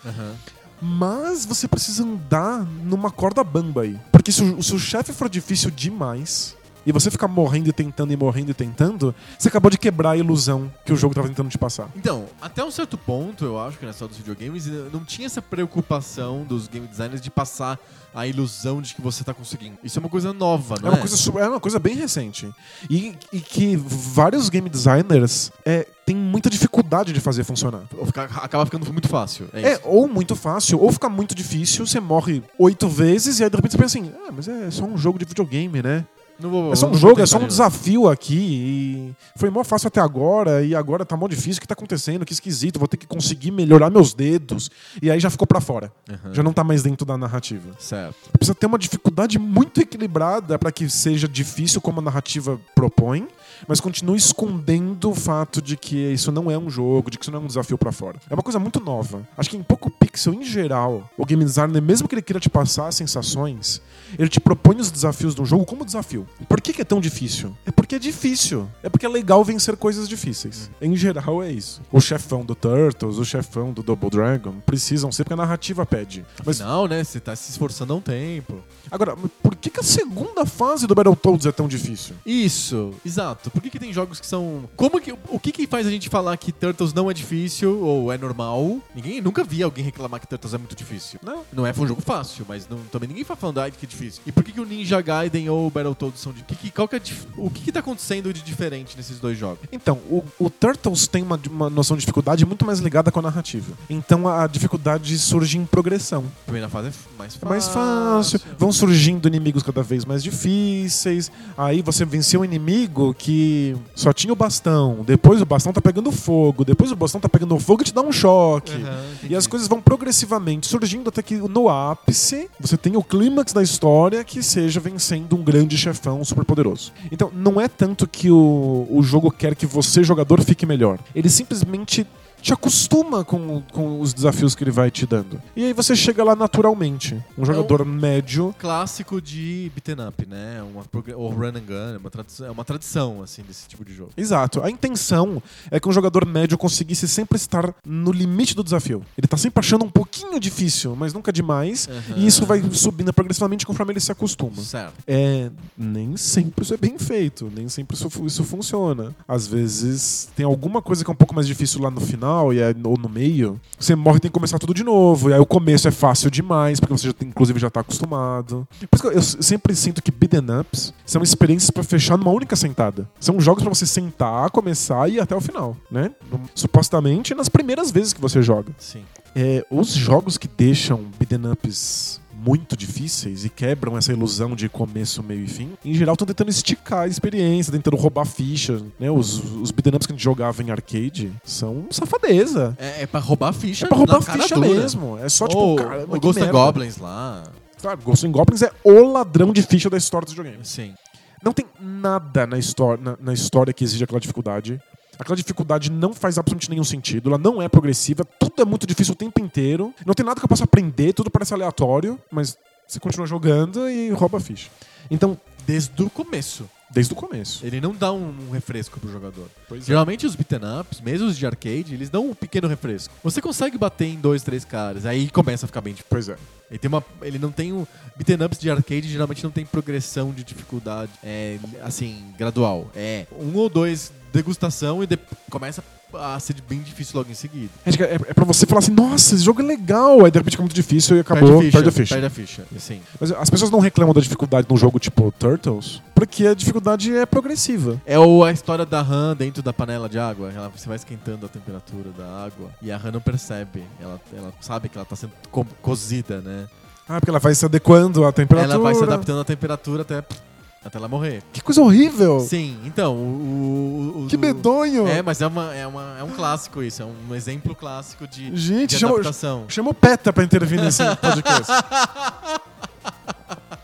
Mas você precisa andar numa corda bamba aí. Porque se o, se o chefe for difícil demais. E você ficar morrendo e tentando e morrendo e tentando, você acabou de quebrar a ilusão que o jogo tava tentando te passar.
Então, até um certo ponto, eu acho que na história dos videogames eh, não tinha essa preocupação dos game designers de passar a ilusão de que você tá conseguindo. Isso é uma coisa nova, não
É
é?
uma, coisa, su- é uma coisa bem recente. E, e que vários game designers é, têm muita dificuldade de fazer funcionar.
Ou fica- Acaba ficando muito fácil. É,
É,
isso.
ou muito fácil, ou fica muito difícil, você morre oito vezes e aí de repente você pensa assim, ah, mas é só um jogo de videogame, né?
Não vou-
É só um
não
jogo,
vou
é só um
tentar, não.
desafio aqui e foi mó fácil até agora e agora tá mó difícil, o que tá acontecendo? Que esquisito, vou ter que conseguir melhorar meus dedos. E aí já ficou pra fora.
Aham.
Já não tá mais dentro da narrativa.
Certo.
precisa ter uma dificuldade muito equilibrada para que seja difícil como a narrativa propõe, mas continue escondendo o fato de que isso não é um jogo, de que isso não é um desafio para fora. É uma coisa muito nova. Acho que em pouco pixel em geral, o game designer, mesmo que ele queira te passar as sensações, ele te propõe os desafios do jogo como desafio. Por que, que é tão difícil? É porque é difícil. É porque é legal vencer coisas difíceis. Em geral é isso. O chefão do Turtles, o chefão do Double Dragon precisam ser porque a narrativa pede. Mas
Não, né? Você tá se esforçando há um tempo.
Agora, por que, que a segunda fase do Battletoads é tão difícil?
Isso, exato. Por que, que tem jogos que são. Como que. O que que faz a gente falar que Turtles não é difícil ou é normal? Ninguém nunca vi alguém reclamar que Turtles é muito difícil.
Não.
Não é foi um jogo fácil, mas não, também ninguém tá falando, ai, que difícil. E por que, que o Ninja Gaiden ou o Battletoads são de. Que, que, qual que é, a dif- o que, que tá acontecendo de diferente nesses dois jogos?
Então, o, o Turtles tem uma, uma noção de dificuldade muito mais ligada com a narrativa. Então a dificuldade surge em progressão.
A primeira fase é f- mais
É
fácil.
mais fácil, vão surgindo inimigos cada vez mais difíceis. Aí você venceu um inimigo que só tinha o bastão, depois o bastão tá pegando fogo, depois o bastão tá pegando fogo e te dá um choque.
Aham,
E
entendi.
as coisas vão progressivamente surgindo até que no ápice você tem o clímax da história que seja vencendo um grande chefão super poderoso. Então não é tanto que o, o jogo quer que você, jogador, fique melhor. Ele simplesmente te acostuma com, com os desafios que ele vai te dando. E aí você chega lá naturalmente. Um jogador médio.
clássico de beaten up, né? Uma progra- ou run and gun, é uma tradição, é uma tradição assim desse tipo de jogo.
Exato. A intenção é que um jogador médio conseguisse sempre estar no limite do desafio. Ele tá sempre achando um pouquinho difícil, mas nunca demais.
Aham.
E isso vai subindo progressivamente conforme ele se acostuma.
Certo.
é nem sempre isso é bem feito, nem sempre isso, fu- isso funciona. Às vezes tem alguma coisa que é um pouco mais difícil lá no final e é, ou no meio. Você morre e tem que começar tudo de novo. E aí o começo é fácil demais, porque você já tem- inclusive já tá acostumado. Por isso que eu, eu sempre sinto que beaten ups são experiências pra fechar numa única sentada. São jogos pra você sentar, começar e ir até o final, né? Supostamente nas primeiras vezes que você joga.
Sim.
É, os jogos que deixam beat'em ups muito difíceis e quebram essa ilusão de começo, meio e fim, em geral estão tentando esticar a experiência, tentando roubar ficha. Né? Os, os beat'em ups que a gente jogava em arcade são safadeza.
É, é pra roubar ficha.
É pra roubar
na cara
ficha
dura.
mesmo. É só tipo,
Ou
caramba,
o
que
Ghost and
merda.
Goblins lá.
Claro, Ghost and Goblins é o ladrão de ficha da história dos videogames.
Sim.
Não tem nada na, histó- na- na história que exige aquela dificuldade. Aquela dificuldade não faz absolutamente nenhum sentido, ela não é progressiva, tudo é muito difícil o tempo inteiro. Não tem nada que eu possa aprender, tudo parece aleatório, mas você continua jogando e rouba a ficha. Então,
Desde o começo.
desde o começo.
Ele não dá um refresco pro jogador.
Pois é.
Geralmente os beaten ups, mesmo os de arcade, eles dão um pequeno refresco. Você consegue bater em dois, três caras, aí começa a ficar bem difícil.
Pois é.
Ele, tem uma, ele não tem um. Beaten ups de arcade geralmente não tem progressão de dificuldade, é, assim, gradual. É um ou dois degustação e de- começa a ser bem difícil logo em seguida.
Acho que É, é pra você falar assim, nossa, esse jogo é legal, aí de repente fica muito difícil e acabou, perde a ficha.
Perde a ficha. assim. Sim.
Mas as pessoas não reclamam da dificuldade num jogo tipo Turtles, porque a dificuldade é progressiva.
É o, a história da Han dentro da panela de água. Ela, você vai esquentando a temperatura da água e a Han não percebe. Ela, ela sabe que ela tá sendo co- cozida, né?
Ah, porque ela vai se adequando à temperatura.
Ela vai se adaptando à temperatura até, até ela morrer.
Que coisa horrível!
Sim, então, o. o- o-
Oh. Que
o-
medonho!
É, mas é, uma, é, uma, é um clássico isso, é um exemplo clássico de,
Gente,
de
chama-
adaptação.
Chama o PETA pra intervir nesse podcast.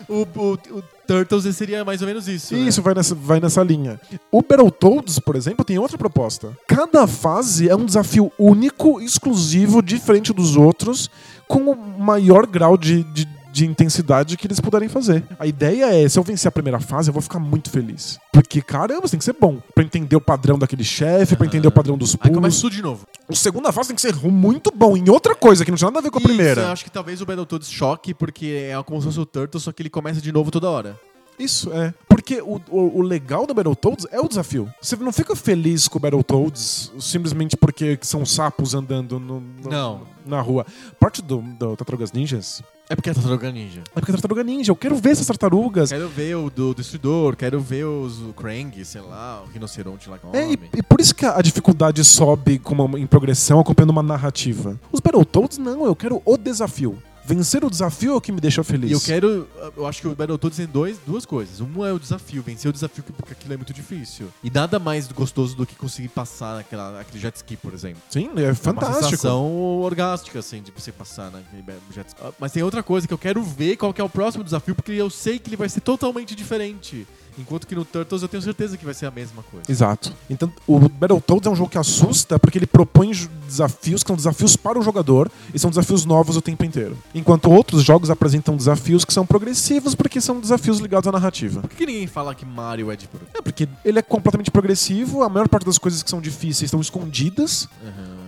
O, o, o Turtles ele seria mais ou menos isso. né?
Isso, vai nessa, vai nessa linha. O Battletoads, por exemplo, tem outra proposta. Cada fase é um desafio único, exclusivo, diferente dos outros, com o maior grau de, de, de intensidade que eles puderem fazer. A ideia é, se eu vencer a primeira fase, eu vou ficar muito feliz. Porque, caramba, você tem que ser bom. Pra entender o padrão daquele chefe, pra entender o padrão dos
Né? Aí começa
pulos.
tudo de novo.
A segunda fase tem que ser muito bom em outra coisa, que não tinha nada a ver com a primeira.
Isso, eu acho que talvez o Battletoads choque, porque é como se fosse o Turtles, só que ele começa de novo toda hora.
Isso, é. Porque o, o, o legal do Battletoads é o desafio. Você não fica feliz com o Battletoads simplesmente porque são sapos andando no, no-
Não.
na rua. Parte do, do Tartarugas Ninjas
É porque é Tartaruga Ninja.
é porque é Tartaruga Ninja. Eu quero ver essas tartarugas.
Quero ver o do Destruidor, quero ver os, o Krang, sei lá, o Rinoceronte lá com o
É, e,
homem.
e por isso que a, a dificuldade sobe com uma- em progressão acompanhando uma narrativa. Os Battletoads, não. Eu quero o desafio. Vencer o desafio é o que me deixa feliz.
E eu quero. Eu acho que o Battletoads tem dois, duas coisas. Uma é o desafio, vencer o desafio, porque aquilo é muito difícil. E nada mais gostoso do que conseguir passar naquela, aquele jet ski, por exemplo.
Sim, é
É uma
fantástico.
sensação orgástica, assim, de você passar naquele jet ski. Mas tem outra coisa que eu quero ver qual que é o próximo desafio, porque eu sei que ele vai ser totalmente diferente. Enquanto que no Turtles eu tenho certeza que vai ser a mesma coisa.
Exato. Então, o Battletoads é um jogo que assusta porque ele propõe ju- desafios que são desafios para o jogador e são desafios novos o tempo inteiro. Enquanto outros jogos apresentam desafios que são progressivos porque são desafios ligados à narrativa.
Por que que ninguém fala que Mario é de
É porque ele é completamente progressivo, a maior parte das coisas que são difíceis estão escondidas,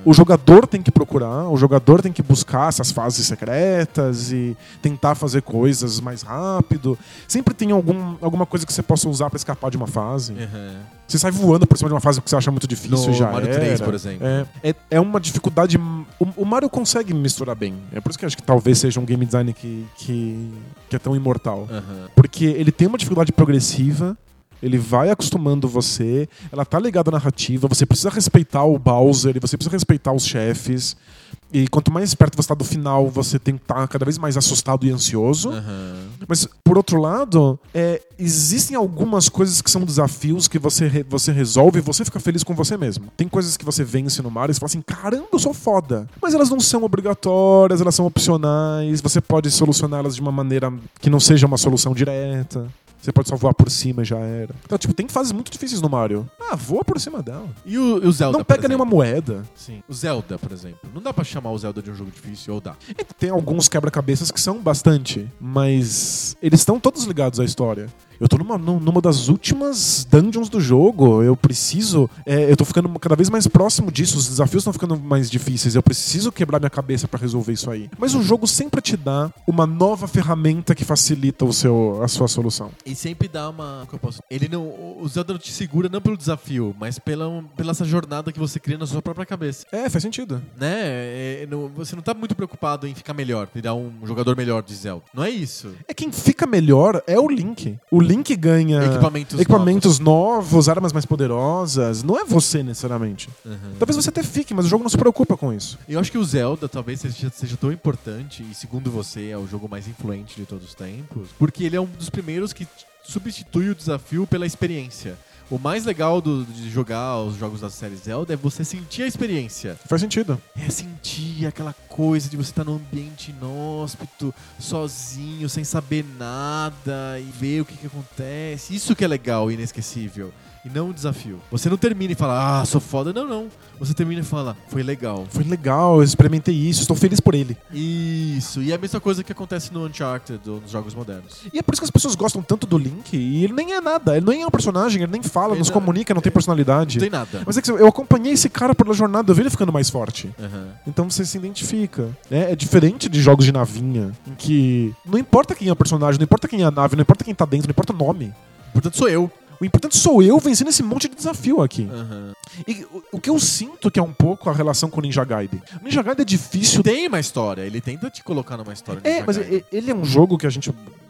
o jogador tem que procurar, o jogador tem que buscar essas fases secretas e tentar fazer coisas mais rápido. Sempre tem algum, alguma coisa que você possa usar pra escapar de uma fase. Você sai voando por cima de uma fase que você acha muito difícil
No
e já
Mario
era.
3, por exemplo.
É, é, é uma dificuldade... m- O, o Mario consegue misturar bem. É por isso que eu acho que talvez seja um game design que, que, que é tão imortal.
Aham.
Porque ele tem uma dificuldade progressiva, ele vai acostumando você, ela tá ligada à narrativa, você precisa respeitar o Bowser, e você precisa respeitar os chefes. E quanto mais perto você tá do final, você tem que estar cada vez mais assustado e ansioso.
Aham.
Mas, por outro lado, é, existem algumas coisas que são desafios que você, re- você resolve e você fica feliz com você mesmo. Tem coisas que você vence no Mario e você fala assim: caramba, eu sou foda. Mas elas não são obrigatórias, elas são opcionais. Você pode solucioná-las de uma maneira que não seja uma solução direta. Você pode só voar por cima e já era. Então, tipo, tem fases muito difíceis no Mario. Ah, voa por cima dela.
E o, e o Zelda,
não
por
pega nenhuma
exemplo?
moeda.
Sim. O Zelda, por exemplo. Não dá pra chamar o Zelda de um jogo difícil, ou dá.
É que Tem alguns quebra-cabeças que são bastante, mas eles estão todos ligados à história. Eu tô numa, num- numa das últimas dungeons do jogo. Eu preciso. é, eu tô ficando cada vez mais próximo disso. Os desafios estão ficando mais difíceis. Eu preciso quebrar minha cabeça pra resolver isso aí. Mas o jogo sempre te dá uma nova ferramenta que facilita o seu, a sua solução.
E sempre dá uma. que eu posso- Ele não. o- O Zelda não te segura não pelo desafio, mas pela, um- pela essa jornada que você cria na sua própria cabeça.
É, faz sentido.
Né? É, não- você não tá muito preocupado em ficar melhor, virar um jogador melhor de Zelda. Não é isso.
É quem fica melhor é o Link. O Link ganha
Equipamentos
É. equipamentos novos, armas mais poderosas. Não é você necessariamente.
Uhum.
Talvez você até fique, mas o jogo não se preocupa com isso.
Eu acho que o Zelda talvez seja, seja tão importante, e segundo você, é o jogo mais influente de todos os tempos, porque ele é um dos primeiros que t- substitui o desafio pela experiência. O mais legal do- de jogar os jogos da série Zelda é você sentir a experiência.
Faz sentido.
É sentir aquela coisa de você estar num ambiente inóspito, sozinho, sem saber nada e ver o que, que acontece. Isso que é legal e inesquecível. E não o desafio. Você não termina e fala, ah, sou foda. Não, não. Você termina e fala, foi legal.
Foi legal, eu experimentei isso, estou feliz por ele.
Isso, e é a mesma coisa que acontece no Uncharted ou nos jogos modernos.
E é por isso que as pessoas gostam tanto do Link. E ele nem é nada, ele nem é um personagem, ele nem fala,
Ele
não se
não-
comunica, não tem
Não tem
personalidade.
nada.
Mas é que eu acompanhei esse cara pela jornada, eu vi ele ficando mais forte.
Aham.
Então você se identifica. né? É diferente de jogos de navinha, em que não importa quem é o personagem, não importa quem é a nave, não importa quem tá dentro, não importa o nome.
Portanto, sou eu.
O importante sou eu vencendo esse monte de desafio aqui.
Aham.
E o- o que eu sinto que é um pouco a relação com o Ninja Gaiden. O Ninja Gaiden é difícil.
Tem uma história, ele tenta te colocar numa história.
É, mas
Gaiden.
e- ele é um jogo que a gente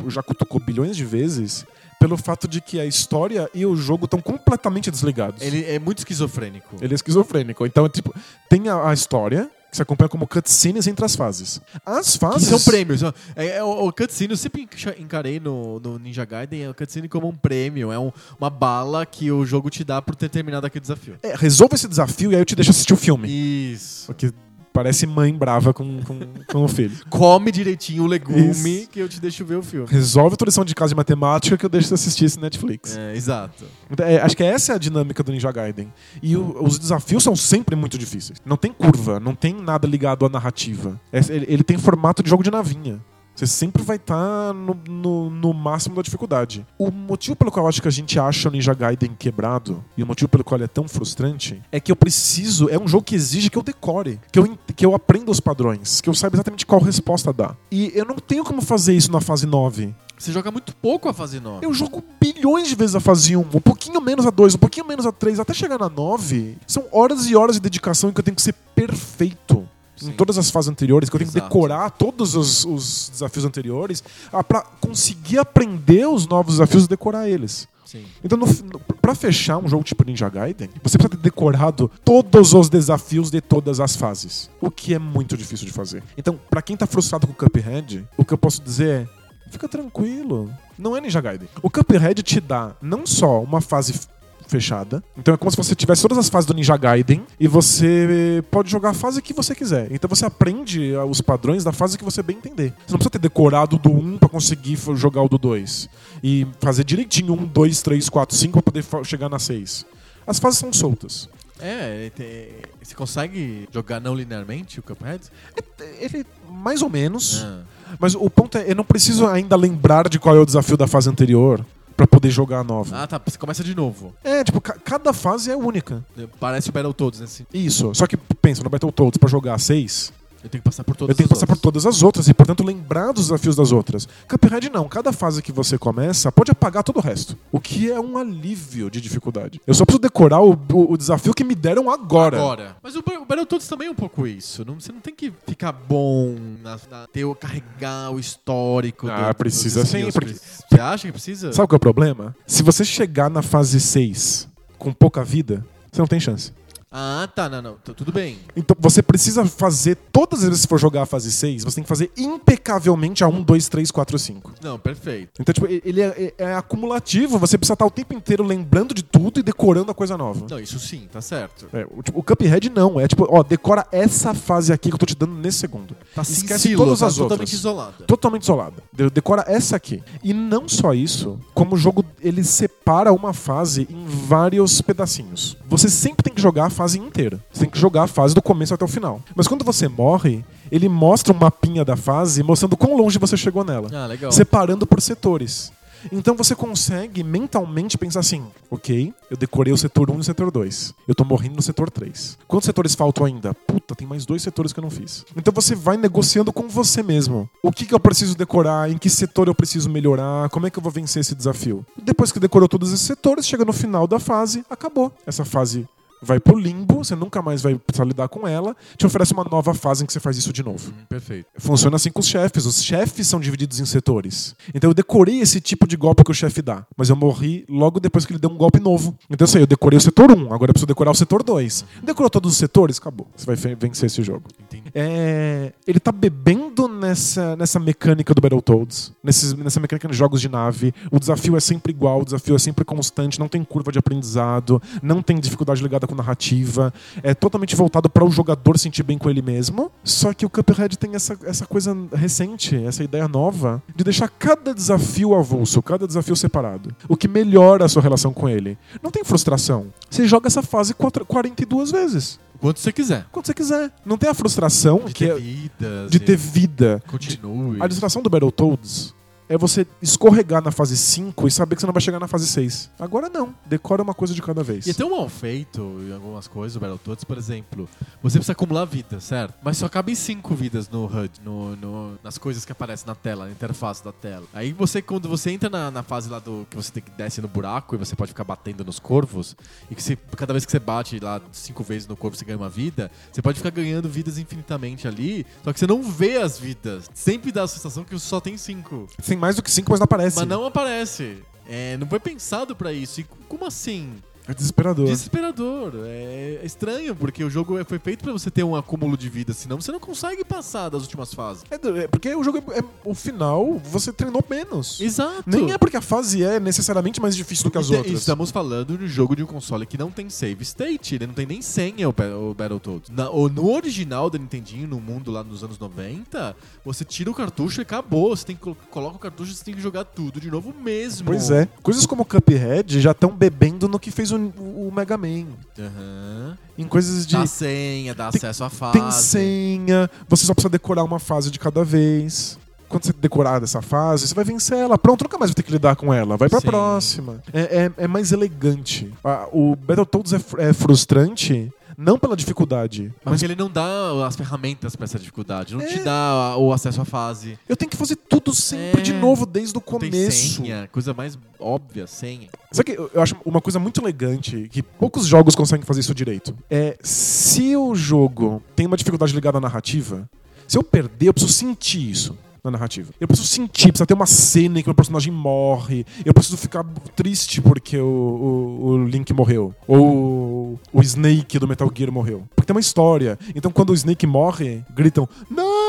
já cutucou bilhões de vezes pelo fato de que a história e o jogo estão completamente desligados.
ele é muito esquizofrênico.
Ele é esquizofrênico. Então, é tipo, tem a, a história que se acompanha como cutscenes entre as fases. As
Que
fases.
são prêmios. É, é, o, o cutscene, eu sempre enca- encarei no, no Ninja Gaiden é o cutscene como um prêmio. É um- uma bala que o jogo te dá por ter terminado aquele desafio.
É, resolva esse desafio e aí eu te deixo assistir o filme.
Isso.
Só que parece mãe brava com, com, com o filho.
Come direitinho o legume
Isso.
que eu te deixo ver o filme.
Resolve a tua lição de casa de matemática que eu deixo de assistir esse Netflix.
É, exato.
É, acho que essa é a dinâmica do Ninja Gaiden. E o- os desafios são sempre muito difíceis. Não tem curva, não tem nada ligado à narrativa. É- ele, ele tem formato de jogo de navinha. Você sempre vai estar no, no- no máximo da dificuldade. O motivo pelo qual eu acho que a gente acha o Ninja Gaiden quebrado, e o motivo pelo qual ele é tão frustrante, é que eu preciso. É um jogo que exige que eu decore, que eu, en- que eu aprenda os padrões, que eu saiba exatamente qual resposta dar. E eu não tenho como fazer isso na fase 9.
Você joga muito pouco a fase 9.
Eu jogo bilhões de vezes a fase 1, um pouquinho menos a 2, um pouquinho menos a 3, até chegar na 9. São horas e horas de dedicação em que eu tenho que ser perfeito. Em
Sim.
todas as fases anteriores, que eu tenho que
Exato.
decorar todos os, os desafios anteriores ah, pra conseguir aprender os novos desafios e decorar eles.
Sim.
Então, no, fi- no, pra fechar um jogo tipo Ninja Gaiden, você precisa ter decorado todos os desafios de todas as fases. O que é muito difícil de fazer. Então, pra quem tá frustrado com o Cuphead, o que eu posso dizer é: fica tranquilo. Não é Ninja Gaiden. O Cuphead te dá não só uma fase f- fechada, então é como se você tivesse todas as fases do Ninja Gaiden e você pode jogar a fase que você quiser. Então você aprende ah, os padrões da fase que você bem entender. Você não precisa ter decorado do 1 pra conseguir f- jogar o do 2 e fazer direitinho 1, 2, 3, 4, 5 pra poder fa- chegar na 6. As fases são soltas.
É, te- você consegue jogar não linearmente o Cuphead?
É, Ele, mais ou menos,
Ah.
é mas o ponto é, eu não preciso ainda lembrar de qual é o desafio da fase anterior pra poder poder jogar a nova.
Ah, tá. Você começa de novo.
É, tipo, ca- cada fase é única.
Parece o Battletoads, né? Assim,
Isso. Só que pensa, no Battletoads, pra jogar seis,
eu tenho que passar por todas
eu tenho que
as
passar por
outras.
todas as outras e, portanto, lembrar dos desafios das outras. Cuphead não. Cada fase que você começa pode apagar todo o resto. O que é um alívio de dificuldade. Eu só preciso decorar o, o- o desafio que me deram agora.
Agora. Mas o, Ba- o Battletoads também é um pouco isso. Não- você não tem que ficar bom, na, na- ter, o- carregar o histórico.
Ah, precisa
dos
sim,
skills.
porque-
Você acha que precisa?
Sabe qual é o problema? Se você chegar na fase 6 com pouca vida, você não tem chance.
Ah, tá. Não, não. T- Tudo bem.
Então você precisa fazer, todas as vezes que for jogar a fase 6, você tem que fazer impecavelmente a 1, 2, 3, 4, 5.
Não, perfeito.
Então, tipo, e- ele é, é- é acumulativo, você precisa estar o tempo inteiro lembrando de tudo e decorando a coisa nova.
Não, isso sim, tá certo.
É, o, tipo, o Cuphead não, é tipo, ó, decora essa fase aqui que eu tô te dando nesse segundo.
Tá sem
Esquece
silo,
todas
tá
as
totalmente
outras.
isolada.
Totalmente isolada. De- Decora essa aqui. E não só isso, como o jogo ele separa uma fase em vários pedacinhos. Você sempre tem que jogar a fase inteira. Você tem que jogar a fase do começo até o final. Mas quando você morre, ele mostra um mapinha da fase mostrando quão longe você chegou nela.
Ah, legal.
Separando por setores. Então você consegue mentalmente pensar assim: ok, eu decorei o setor 1 e o setor 2. Eu tô morrendo no setor 3. Quantos setores faltam ainda? Puta, tem mais dois setores que eu não fiz. Então você vai negociando com você mesmo. O que, que eu preciso decorar? Em que setor eu preciso melhorar? Como é que eu vou vencer esse desafio? Depois que decorou todos esses setores, chega no final da fase, acabou. Essa fase vai pro limbo, você nunca mais vai precisar lidar com ela. Te oferece uma nova fase em que você faz isso de novo.
Hum, Perfeito.
Funciona assim com os chefes. Os chefes são divididos em setores. Então eu decorei esse tipo de golpe que o chefe dá. Mas eu morri logo depois que ele deu um golpe novo. Então eu sei, eu decorei o setor 1, agora eu preciso decorar o setor 2. Decorou todos os setores, acabou. Você vai fe- vencer esse jogo.
Entendi.
É, ele tá bebendo nessa, nessa mecânica do Battletoads, nesses, nessa mecânica de jogos de nave. O desafio é sempre igual, o desafio é sempre constante, não tem curva de aprendizado, não tem dificuldade ligada com narrativa. É totalmente voltado para o jogador sentir bem com ele mesmo. Só que o Cuphead tem essa, essa coisa recente, essa ideia nova, de deixar cada desafio avulso, cada desafio separado. O que melhora a sua relação com ele. Não tem frustração. Você joga essa fase quatro- 42 vezes.
Quanto você quiser.
Quando você quiser. Não tem a frustração
De
que é-
ter vidas.
de
e-
ter vida.
Continue.
A distração do Battletoads é você escorregar na fase 5 e saber que você não vai chegar na fase 6. Agora não. Decora uma coisa de cada vez.
E é tão mal feito em algumas coisas, o Battletoads, por exemplo. Você precisa acumular vida, certo? Mas só cabem cinco vidas no HUD, no, no- nas coisas que aparecem na tela, na interface da tela. Aí você, quando você entra na, na fase lá do que você tem que desce no buraco e você pode ficar batendo nos corvos, e que você- cada vez que você bate lá cinco vezes no corvo você ganha uma vida, você pode ficar ganhando vidas infinitamente ali, só que você não vê as vidas. Sempre dá a sensação que só tem cinco.
Tem mais do que 5, mas não aparece.
Mas não aparece. É, não foi pensado pra isso. E como assim?
É desesperador.
Desesperador. É é estranho, porque o jogo foi feito pra você ter um acúmulo de vida, senão você não consegue passar das últimas fases.
É do- é porque o jogo é, é- o final, você treinou menos.
Exato.
Nem é porque a fase é necessariamente mais difícil do que as
Então,
outras.
Estamos falando de um jogo de um console que não tem save state, ele não tem nem senha, o, Ba- o Battletoads. Na, o- no original do Nintendinho, no mundo lá nos anos 90, você tira o cartucho e acabou. Você tem que colo- coloca o cartucho e você tem que jogar tudo de novo mesmo.
Pois é. Coisas como Cuphead já estão bebendo no que fez o, o Mega Man.
Aham.
Em coisas de.
Dá senha, dá
Tem-
acesso à fase.
Tem senha, você só precisa decorar uma fase de cada vez. Quando você decorar dessa fase, você vai vencer ela. Pronto, nunca mais vai ter que lidar com ela. Vai pra
Sim.
próxima. É, é- é mais elegante. Ah, O Battletoads é, fr- é frustrante, não pela dificuldade,
Mas,
mas
porque ele não dá as ferramentas pra essa dificuldade, não te
É.
dá a- o acesso à fase.
eu tenho que fazer tudo sempre
É.
de novo, desde o
Não tem
começo.
senha, coisa mais óbvia, senha.
Sabe que eu eu acho uma coisa muito elegante, que poucos jogos conseguem fazer isso direito? É se o jogo tem uma dificuldade ligada à narrativa, se eu perder, eu preciso sentir isso na narrativa. Eu preciso sentir, precisa ter uma cena em que meu personagem morre, eu preciso ficar triste porque o, o- o Link morreu, ou o Snake do Metal Gear morreu. Porque tem uma história. Então quando o Snake morre, gritam: Não!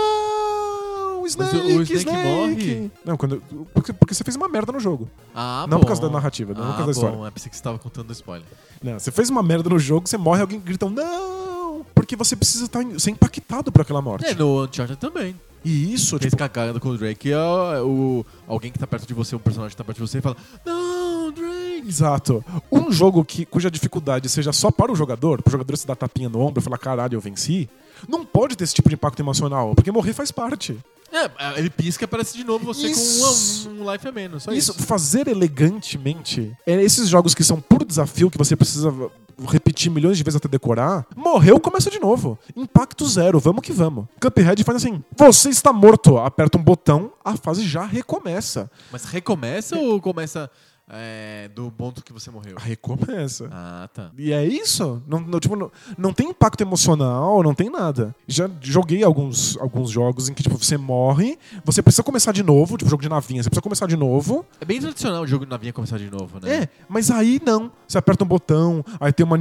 Mas
Snake,
o- o Snake
Snake
morre?
Não, quando, porque, porque você fez uma merda no jogo.
Ah,
Não
bom.
por causa da narrativa, não por
ah,
causa da
bom.
história.
É pensei que você tava contando spoiler.
Não, você fez uma merda no jogo, você morre, alguém grita um não! Porque você precisa tá, ser impactado por aquela morte.
É, no Uncharted também.
E isso,
Fez
tipo,
cagada com o Drake. é O, o- alguém que tá perto de você, um personagem que tá perto de você, e fala: Não, Drake!
exato. Um jogo que, cuja dificuldade seja só para o jogador, pro jogador se dar tapinha no ombro e falar caralho, eu venci, não pode ter esse tipo de impacto emocional, porque morrer faz parte.
É, ele pisca e aparece de novo você
Isso.
com um, um life a menos. Só
Isso,
isso.
fazer elegantemente, é esses jogos que são por desafio, que você precisa repetir milhões de vezes até decorar, morreu, começa de novo. Impacto zero, vamos que vamos. Cuphead faz assim, você está morto, aperta um botão, a fase já recomeça.
Mas recomeça ou começa é, do ponto que você morreu?
Recomeça.
Ah, tá.
E é isso. Não, não, tipo, não, não tem impacto emocional, não tem nada. Já joguei alguns, alguns jogos em que tipo, você morre, você precisa começar de novo, tipo jogo de navinha, você precisa começar de novo,
É bem tradicional o jogo de navinha começar de novo, né?
É, mas aí não. Você aperta um botão, aí tem uma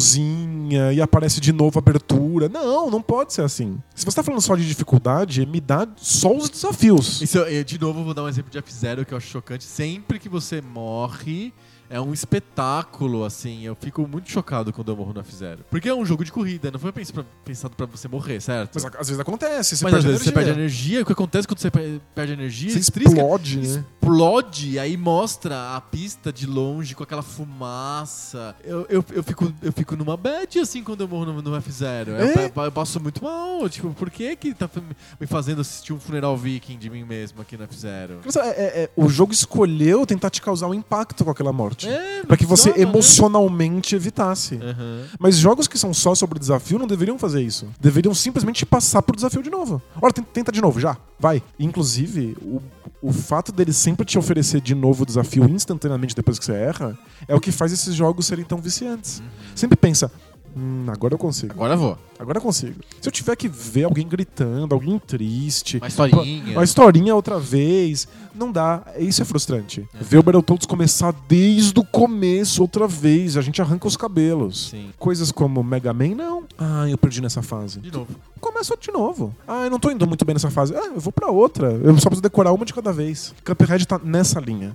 animaçãozinha e aparece de novo a abertura. Não, não pode ser assim. Se você tá falando só de dificuldade, me dá só os desafios.
Isso, eu, de novo, vou dar um exemplo de F-Zero que eu acho chocante. Sempre que você morre, é um espetáculo, assim. Eu fico muito chocado quando eu morro no F-Zero. Porque é um jogo de corrida, não foi pens- pra- pensado pra você morrer, certo?
Mas às vezes acontece, você
Mas às
perde
vezes você
energia.
perde a energia. O que acontece quando você pe- perde a energia?
Você
Estrisca,
explode, né?
Explode, aí mostra a pista de longe com aquela fumaça. Eu, eu, eu, fico, eu fico numa bad assim quando eu morro no, no F0. Eu,
É?
pa- eu passo muito mal. Tipo, por que que tá me- me fazendo assistir um funeral viking de mim mesmo aqui no F0?
Mas é- é- é, o jogo escolheu tentar te causar um impacto com aquela morte.
É,
Pra que você
funciona, né?
emocionalmente evitasse.
Aham.
Mas jogos que são só sobre desafio não deveriam fazer isso. Deveriam simplesmente passar por desafio de novo. Ora, ten- tenta de novo, já. Vai. Inclusive, o, o fato dele sempre te oferecer de novo o desafio instantaneamente depois que você erra é o que faz esses jogos serem tão viciantes.
Uhum.
Sempre pensa. Hum, agora eu consigo.
Agora eu vou.
Agora eu consigo. Se eu tiver que ver alguém gritando, alguém triste,
Uma historinha.
uma historinha outra vez. Não dá. Isso é frustrante. Ver o Battletoads começar desde o começo outra vez. A gente arranca os cabelos.
Sim.
Coisas como Mega Man, não. Ah, eu perdi nessa fase.
De novo.
Começa de novo. Ah, eu não tô indo muito bem nessa fase. Ah, eu vou pra outra. Eu só preciso decorar uma de cada vez. Cuphead tá nessa linha.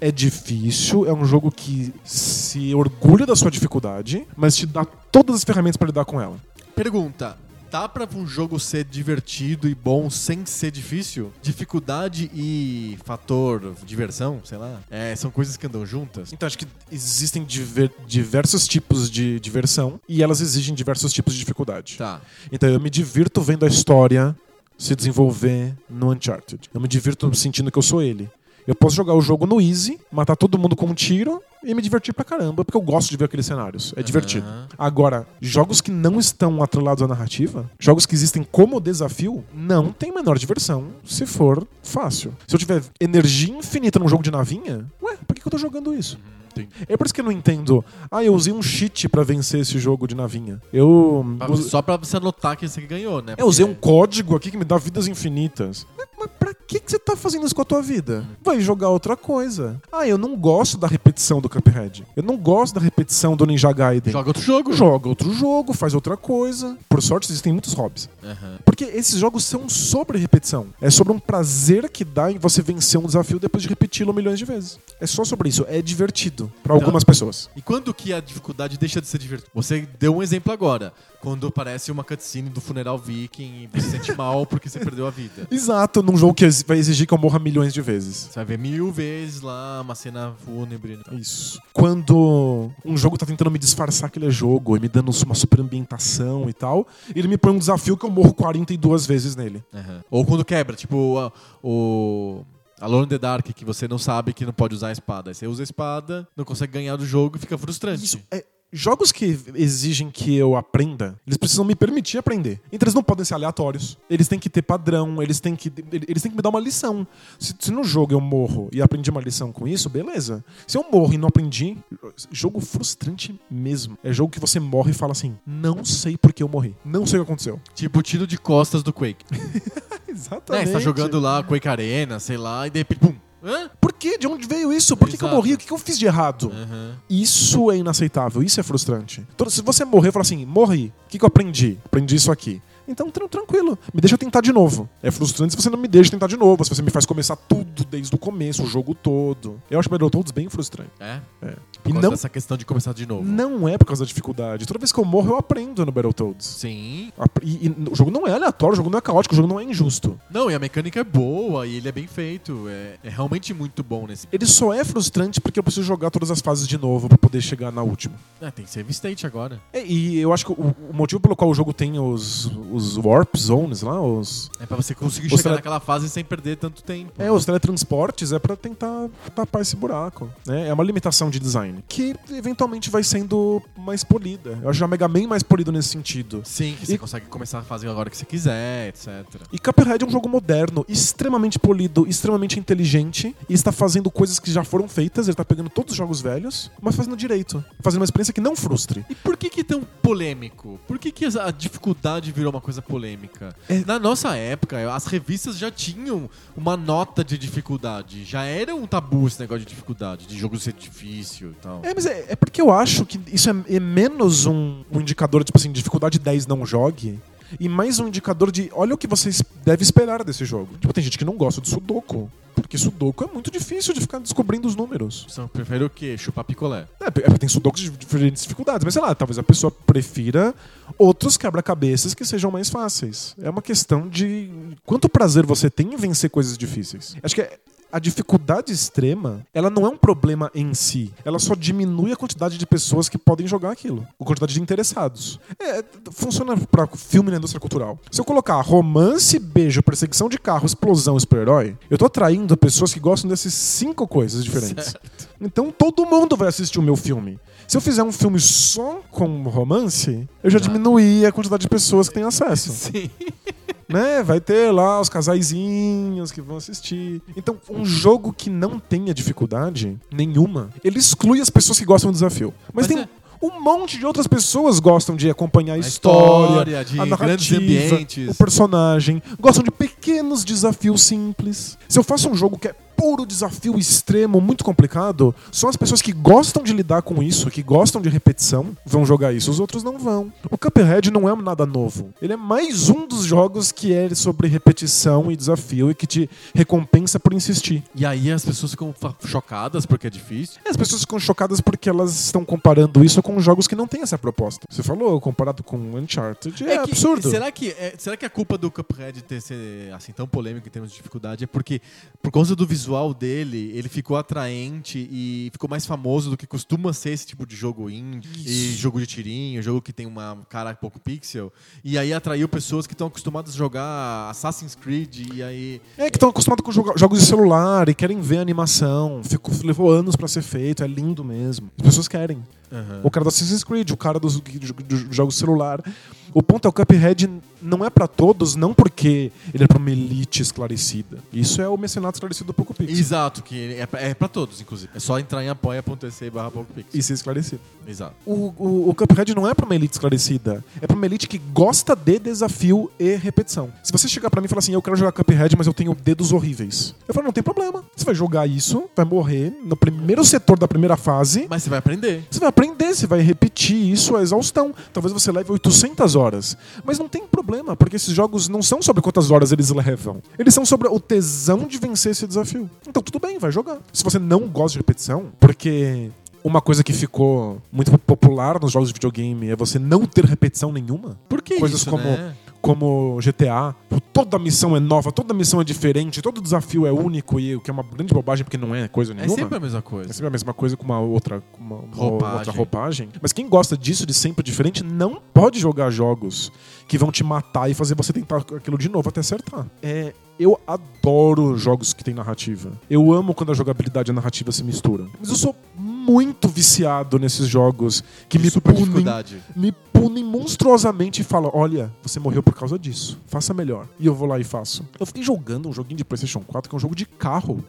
É difícil, é um jogo que se orgulha da sua dificuldade, mas te dá todas as ferramentas pra lidar com ela.
Pergunta. Dá pra um jogo ser divertido e bom sem ser difícil? Dificuldade e fator diversão, sei lá, é, são coisas que andam juntas?
Então, acho que existem diver- diversos tipos de diversão e elas exigem diversos tipos de dificuldade.
Tá.
Então, eu me divirto vendo a história se desenvolver no Uncharted. Eu me divirto sentindo que eu sou ele. Eu posso jogar o jogo no Easy, matar todo mundo com um tiro e me divertir pra caramba, porque eu gosto de ver aqueles cenários. É divertido. Agora, jogos que não estão atrelados à narrativa, jogos que existem como desafio, não tem menor diversão se for fácil. Se eu tiver energia infinita num jogo de navinha, ué, por que que eu tô jogando isso?
Uhum,
É por isso que eu não entendo. Ah, eu usei um cheat pra vencer esse jogo de navinha. Eu.
Pra-
us-
Só pra você anotar que você ganhou, né?
Eu usei um
Porque-
código aqui que me dá vidas infinitas. Mas- Mas pra que, que você tá fazendo isso com a tua vida? Vai jogar outra coisa. Ah, eu não gosto da repetição do Cuphead. Eu não gosto da repetição do Ninja Gaiden.
Joga outro jogo.
Joga outro jogo, faz outra coisa. Por sorte, existem muitos hobbies.
Aham.
Porque esses jogos são sobre repetição. É sobre um prazer que dá em você vencer um desafio depois de repeti-lo milhões de vezes. É só sobre isso. É divertido
Tá.
pra algumas pessoas.
E quando que a dificuldade deixa de ser divertida? Você deu um exemplo agora. Quando aparece uma cutscene do funeral viking e você se sente mal porque você perdeu a vida.
Exato, num jogo que vai exigir que eu morra milhões de vezes.
Você vai ver mil vezes lá uma cena fúnebre. né?
Isso. Quando um jogo tá tentando me disfarçar que ele é jogo e me dando uma super ambientação e tal, ele me põe um desafio que eu morro 42 vezes nele.
Aham. Ou quando quebra, tipo a- o Alone in the Dark, que você não sabe que não pode usar a espada. Aí você usa a espada, não consegue ganhar do jogo e fica frustrante.
Isso é- Jogos que exigem que eu aprenda, eles precisam me permitir aprender. Então eles não podem ser aleatórios. Eles têm que ter padrão, eles têm que, eles têm que me dar uma lição. Se, se no jogo eu morro e aprendi uma lição com isso, beleza. Se eu morro e não aprendi, jogo frustrante mesmo. É jogo que você morre e fala assim: não sei por que eu morri. Não sei o que aconteceu.
Tipo o tiro de costas do Quake. Né?
Exatamente.
Você tá jogando lá Quake Arena, sei lá, e de repente, pum! Hã?
Por quê? De onde veio isso? Por que, que eu
Exato. É.
morri? O que, que eu fiz de errado?
Aham.
Isso é inaceitável, isso é frustrante. Então, se você morrer e falar assim, morri, o que, que eu aprendi? Aprendi isso aqui. Então, tran- tranquilo, me deixa tentar de novo. É frustrante se você não me deixa tentar de novo, se você me faz começar tudo desde o começo, o jogo todo. Eu acho Battletoads bem frustrante.
É?
É.
Por
E
causa
não,
dessa questão de começar de novo.
não é por causa da dificuldade. Toda vez que eu morro, eu aprendo no Battletoads.
Sim.
Apre- E, e o jogo não é aleatório, o jogo não é caótico, o jogo não é injusto.
Não, e a mecânica é boa, e ele é bem feito. É, é realmente muito bom nesse.
Ele só é frustrante porque eu preciso jogar todas as fases de novo pra poder chegar na última.
Ah, tem save state agora.
É, E eu acho que o, o motivo pelo qual o jogo tem os, os warp zones lá, os.
É pra você conseguir
Você
chegar
vai-
naquela fase sem perder tanto tempo.
É, os teletransportes é pra tentar tapar esse buraco, né? É uma limitação de design que eventualmente vai sendo mais polida. Eu acho o Mega Man mais polido nesse sentido.
Sim, que você
E-
consegue começar a fazer agora que você quiser, etc.
E Cuphead é um jogo moderno, extremamente polido, extremamente inteligente, e está fazendo coisas que já foram feitas, ele está pegando todos os jogos velhos, mas fazendo direito, fazendo uma experiência que não frustre.
E por que que é tão polêmico? Por que que a dificuldade virou uma coisa polêmica?
É-
Na nossa época, as revistas já tinham uma nota de dificuldade. Já era um tabu esse negócio de dificuldade, de jogo ser difícil e tal.
É, mas é, é porque eu acho que isso é, é menos um, um indicador, tipo assim, dificuldade 10 não jogue, e mais um indicador de olha o que você es- deve esperar desse jogo. Tipo, tem gente que não gosta de Sudoku, porque Sudoku é muito difícil de ficar descobrindo os números.
Você prefere o quê? Chupar picolé.
É, porque tem sudokus de diferentes dificuldades, mas sei lá, talvez a pessoa prefira outros quebra-cabeças que sejam mais fáceis. É uma questão de quanto prazer você tem em vencer coisas difíceis. Acho que é- a dificuldade extrema, ela não é um problema em si. Ela só diminui a quantidade de pessoas que podem jogar aquilo, a quantidade de interessados. É, funciona pra filme na indústria cultural. Se eu colocar romance, beijo, perseguição de carro, explosão, super-herói, eu tô atraindo pessoas que gostam dessas cinco coisas diferentes. Então todo mundo vai assistir o meu filme. Se eu fizer um filme só com romance, eu já
Já.
diminuí a quantidade de pessoas que têm acesso.
Ah. Sim.
né? Vai ter lá os casaizinhos que vão assistir. Então, um jogo que não tenha dificuldade nenhuma, ele exclui as pessoas que gostam do desafio.
Mas
Mas, tem
é-
um monte de outras pessoas gostam de acompanhar a,
A
história,
história, de
a
grandes
narrativa,
ambientes.
o personagem. Gostam de pequenos desafios simples. Se eu faço um jogo que é puro desafio extremo, muito complicado, só as pessoas que gostam de lidar com isso, que gostam de repetição, vão jogar isso. Os outros não vão. O Cuphead não é nada novo. Ele é mais um dos jogos que é sobre repetição e desafio e que te recompensa por insistir.
E aí as pessoas ficam fa- chocadas porque é difícil.
E As pessoas ficam chocadas porque elas estão comparando isso com jogos que não têm essa proposta. Você falou, comparado com Uncharted, é,
que-
absurdo.
Será que, é- será que a culpa do Cuphead ter ser assim, tão polêmico em termos de dificuldade é porque, por causa do visual dele, ele ficou atraente e ficou mais famoso do que costuma ser esse tipo de jogo indie, e jogo de tirinho, jogo que tem uma cara pouco pixel, e aí atraiu pessoas que estão acostumadas a jogar Assassin's Creed e aí...
É que estão acostumados com joga- jogos de celular e querem ver a animação. Ficou, levou anos pra ser feito, é lindo mesmo. As pessoas querem. O cara do Assassin's Creed, o cara dos do, do jogo celular. O ponto é o Cuphead não é pra todos, não porque ele é pra uma elite esclarecida. Isso é o mecenato esclarecido do Poco Pix.
Exato, que ele é pra, é pra todos, inclusive. É só entrar em apoia.se barra PocoPix.
E ser esclarecido.
Exato.
O, o, o Cuphead não é pra uma elite esclarecida. É pra uma elite que gosta de desafio e repetição. Se você chegar pra mim e falar assim, eu quero jogar Cuphead, mas eu tenho dedos horríveis. Eu falo, não tem problema. Você vai jogar isso, vai morrer no primeiro setor da primeira fase.
Mas você vai aprender.
Você vai aprender, você vai repetir isso à exaustão. Talvez você leve 800 horas. Mas não tem problema, porque esses jogos não são sobre quantas horas eles levam. Eles são sobre o tesão de vencer esse desafio. Então tudo bem, vai jogar. Se você não gosta de repetição, porque. Uma coisa que ficou muito popular nos jogos de videogame é você não ter repetição nenhuma.
Por que
Coisas
isso,
como
né?
Como GTA, toda missão é nova, toda missão é diferente, todo desafio é único e o que é uma grande bobagem porque não é coisa
É
nenhuma.
sempre a mesma coisa.
É sempre a mesma coisa com uma outra, com uma, uma
Roupagem.
outra roupagem. Mas quem gosta disso de sempre diferente não pode jogar jogos que vão te matar e fazer você tentar aquilo de novo até acertar. É, eu adoro jogos que têm narrativa. Eu amo quando a jogabilidade e a narrativa se misturam. Mas eu sou muito viciado nesses jogos que
De
me
super
punem
dificuldade.
me punem monstruosamente e falam: Olha, você morreu por causa disso, faça melhor. E eu vou lá e faço. Eu fiquei jogando um joguinho de PlayStation 4 que é um jogo de carro.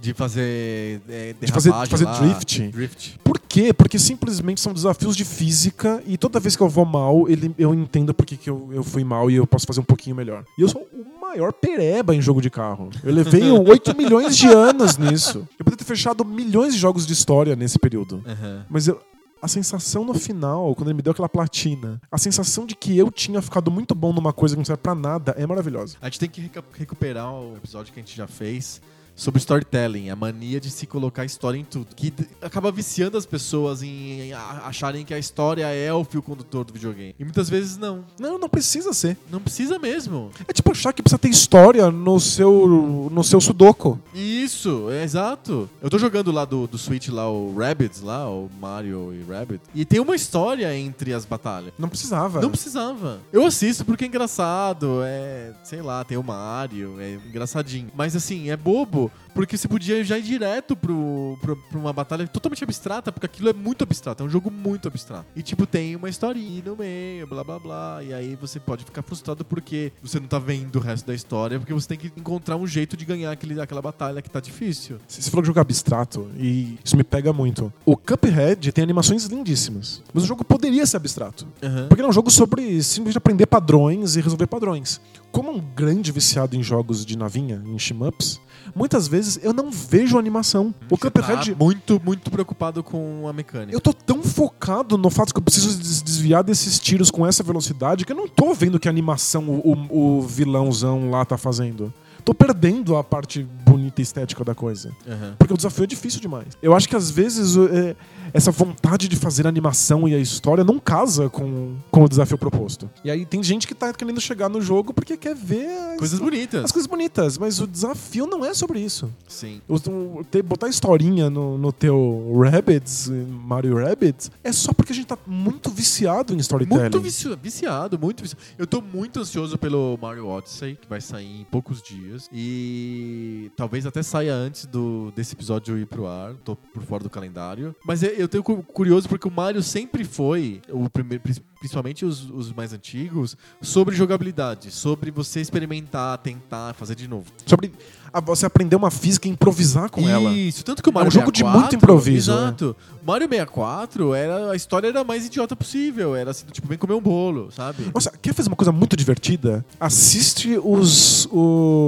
De fazer. É,
De fazer-
derrapagem
de fazer
lá.
drift.
Drift.
Por quê? Porque simplesmente são desafios de física e toda vez que eu vou mal, ele, eu entendo por que que eu, eu fui mal e eu posso fazer um pouquinho melhor. E eu sou o maior pereba em jogo de carro. Eu levei 8 milhões de anos nisso. Eu poderia ter fechado milhões de jogos de história nesse período.
Aham.
Mas eu- a sensação no final, quando ele me deu aquela platina, a sensação de que eu tinha ficado muito bom numa coisa que não serve pra nada é maravilhosa.
A gente tem que reca- recuperar o episódio que a gente já fez sobre storytelling, a mania de se colocar história em tudo, que d- acaba viciando as pessoas em, em a- acharem que a história é o fio condutor do videogame. E muitas vezes não.
Não, não precisa ser.
Não precisa mesmo.
É tipo achar que precisa ter história no seu, no seu sudoku.
Isso, é exato. Eu tô jogando lá do, do Switch lá o Rabbids lá, o Mario e Rabbit. E tem uma história entre as batalhas.
Não precisava.
Não precisava. Eu assisto porque é engraçado, é. Sei lá, tem o Mario, é engraçadinho. Mas assim, é bobo, porque você podia já ir direto pro, pro- pra uma batalha totalmente abstrata, porque aquilo é muito abstrato, é um jogo muito abstrato. E tipo, tem uma historinha no meio, blá blá blá. E aí você pode ficar frustrado porque você não tá vendo o resto da história, porque você tem que encontrar um jeito de ganhar aquele, aquela batalha que tá difícil.
Você falou de jogo abstrato e isso me pega muito. O Cuphead tem animações lindíssimas, mas o jogo poderia ser abstrato. Porque ele é um jogo sobre simplesmente aprender padrões e resolver padrões. Como um grande viciado em jogos de navinha, em shmups, muitas vezes eu não vejo animação. O
Você
Cuphead.
tá né? muito, muito preocupado com a mecânica.
Eu tô tão focado no fato que eu preciso des- desviar desses tiros com essa velocidade que eu não tô vendo que animação o, o- o vilãozão lá tá fazendo. Tô perdendo a parte bonita e estética da coisa.
Aham.
Porque o desafio é difícil demais. Eu acho que às vezes o- é, essa vontade de fazer animação e a história não casa com, com o desafio proposto. E aí tem gente que tá querendo chegar no jogo porque quer ver as-
Coisas bonitas.
as coisas bonitas, mas o desafio não é sobre isso.
Sim.
O- o- ter- botar historinha no, no teu Rabbids, Mario Rabbids, é só porque a gente tá muito viciado em storytelling.
Muito vici- viciado, muito viciado. Eu tô muito ansioso pelo Mario Odyssey, que vai sair em poucos dias. E talvez até saia antes do, desse episódio ir pro ar. Tô por fora do calendário. Mas eu, eu tenho cu- curioso porque o Mario sempre foi, o primeiro, pris- principalmente os, os mais antigos, sobre jogabilidade, sobre você experimentar, tentar, fazer de novo.
Sobre a- você aprender uma física e improvisar com ela.
Isso, tanto que o
É
Mario
um jogo de
64,
muito improviso,
Exato. né? Mario 64, era, a história era a mais idiota possível. Era assim, tipo, vem comer um bolo, sabe?
Nossa, quer fazer uma coisa muito divertida? Assiste os.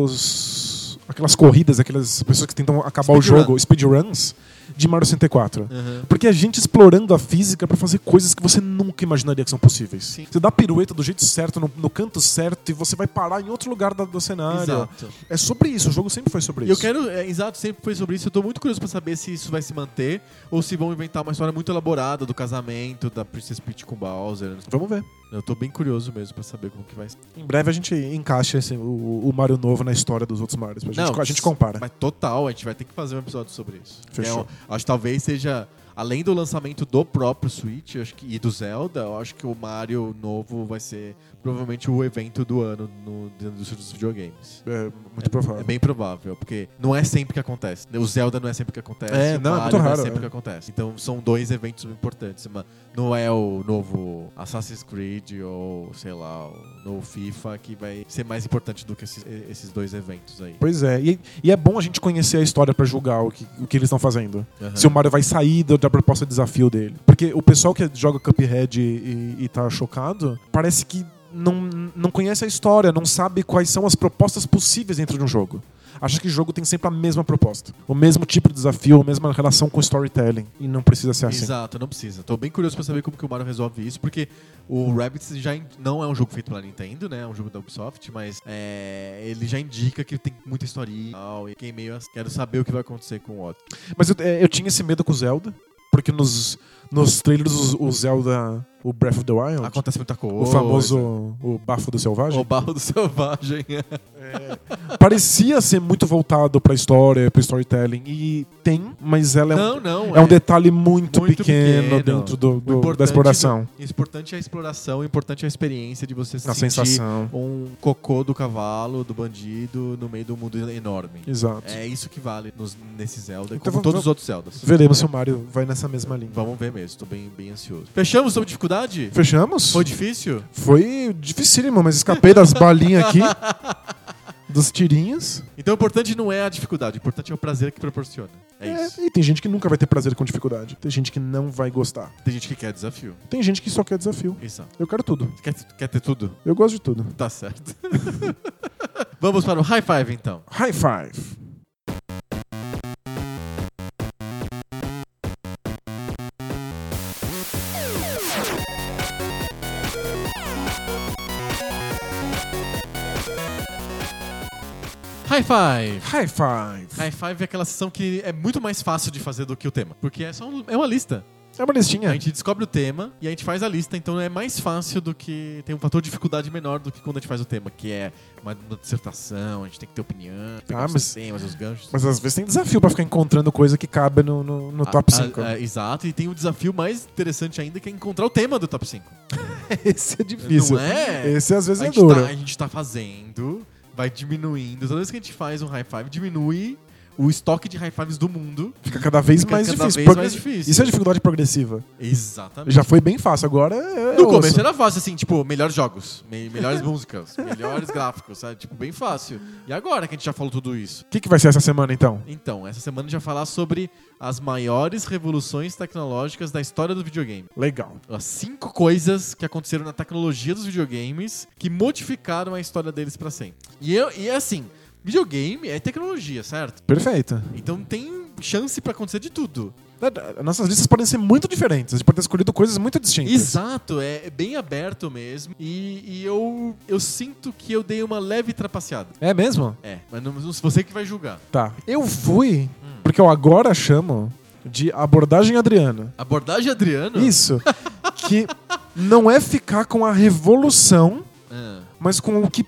os aquelas corridas, aquelas pessoas que tentam acabar o
Speedrun.
jogo, speedruns, de Mario 64.
Aham.
Porque a gente explorando a física pra fazer coisas que você nunca imaginaria que são possíveis.
Sim.
Você dá a pirueta do jeito certo, no, no canto certo, e você vai parar em outro lugar da- do cenário.
Exato.
É sobre isso, o jogo sempre foi sobre
E
isso.
eu quero, é, exato, sempre foi sobre isso. Eu tô muito curioso pra saber se isso vai se manter ou se vão inventar uma história muito elaborada do casamento da Princess Peach com Bowser.
Vamos ver.
Eu tô bem curioso mesmo pra saber como que vai ser.
Em breve a gente encaixa esse- o, o Mario novo na história dos outros Marios. A gente,
Não,
a gente compara.
Mas total, a gente vai ter que fazer um episódio sobre isso. É
Fechou.
um- acho que talvez seja, além do lançamento do próprio Switch eu acho que, e do Zelda, eu acho que o Mario novo vai ser provavelmente o evento do ano no, dentro dos videogames.
É muito provável.
É bem provável, porque não é sempre que acontece. O Zelda não é sempre que acontece.
É,
o
não, é
Mario
muito
não é
raro,
sempre
é.
que acontece. Então são dois eventos importantes. Mas não é o novo Assassin's Creed ou, sei lá, o novo FIFA que vai ser mais importante do que esses, esses dois eventos aí.
Pois é, e, e é bom a gente conhecer a história pra julgar o que, o que eles estão fazendo.
Aham.
Se o Mario vai sair do- da proposta de desafio dele. Porque o pessoal que joga Cuphead e, e, e tá chocado, parece que não, não conhece a história, não sabe quais são as propostas possíveis dentro de um jogo. Acha que o jogo tem sempre a mesma proposta, o mesmo tipo de desafio, a mesma relação com storytelling. E não precisa ser assim.
Exato, não precisa. Tô bem curioso pra saber como que o Mario resolve isso, porque o Rabbids já in- não é um jogo feito pela Nintendo, né? É um jogo da Ubisoft, mas é, ele já indica que tem muita historinha e tal. E fiquei meio assim, quero saber o que vai acontecer com o Otto.
Mas eu, é, eu tinha esse medo com o Zelda, porque nos, nos trailers o, o Zelda, o Breath of the Wild,
Acontece muita coisa.
o famoso o Bafo do Selvagem,
O barro do selvagem.
parecia ser muito voltado pra história, pro storytelling. E tem, mas ela é,
não,
um,
não.
é um detalhe muito,
muito
pequeno,
pequeno.
dentro do, do-
O importante
da exploração.
O importante é a exploração, o importante é a experiência de você
Na
sentir
sensação.
um cocô do cavalo, do bandido, no meio de um mundo enorme.
Exato.
É isso que vale nos, nesse Zelda, como
Então vamos-
todos
vamos-
os outros Zeldas.
Veremos se o Mario vai nessa mesma linha.
Vamos ver mesmo, tô bem, bem ansioso. Fechamos sobre dificuldade?
Fechamos?
Foi difícil?
Foi dificílimo, mas escapei das balinhas aqui. Dos tirinhos.
Então o importante não é a dificuldade, o importante é o prazer que proporciona. É, isso.
e tem gente que nunca vai ter prazer com dificuldade. Tem gente que não vai gostar.
Tem gente que quer desafio.
Tem gente que só quer desafio.
Isso.
Eu quero tudo.
Quer, quer ter tudo?
Eu gosto de tudo.
Tá certo. Vamos para o high five então.
High five.
High High Five!
High five.
High Five é aquela sessão que é muito mais fácil de fazer do que o tema. Porque é só um- é uma lista.
É uma
A
listinha.
gente descobre o tema e a gente faz a lista, então é mais fácil do que. Tem um fator de dificuldade menor do que quando a gente faz o tema, que é uma uma dissertação, a gente tem que ter opinião, pegar
Ah,
os
mas-
temas, os ganchos.
Mas às vezes tem desafio pra ficar encontrando coisa que cabe no, no, no top
Ah,
5.
ah, ah, exato, e tem um desafio mais interessante ainda que é encontrar o tema do top 5.
Esse é difícil.
Não é?
Esse às vezes
a,
é
gente tá,
duro.
a gente tá fazendo, vai diminuindo. Toda vez que a gente faz um high five, diminui o estoque de high fives do mundo.
Fica cada vez
Fica
mais
cada
difícil.
vez
Progre-
mais difícil.
Isso é dificuldade progressiva.
Exatamente.
Já foi bem fácil, agora é.
No
osso.
começo era fácil, assim, tipo, melhores jogos, me- melhores músicas, melhores gráficos, sabe? Tipo, bem fácil. E agora que a gente já falou tudo isso?
O que, que vai ser essa semana então?
Então, essa semana a gente vai falar sobre as maiores revoluções tecnológicas da história do videogame.
Legal.
As cinco coisas que aconteceram na tecnologia dos videogames que modificaram a história deles pra sempre. E, eu, e é assim, videogame é tecnologia, certo?
Perfeito.
Então tem chance pra acontecer de tudo.
Na- Nossas listas podem ser muito diferentes. A gente pode ter escolhido coisas muito distintas.
Exato, é bem aberto mesmo. E, e eu, eu sinto que eu dei uma leve trapaceada.
É mesmo?
É, mas não, não- você que vai julgar.
Tá. Eu fui,
Hum.
porque eu agora chamo de abordagem Adriana.
Abordagem Adriano?
Isso. que não é ficar com a revolução,
Ah,
mas com o que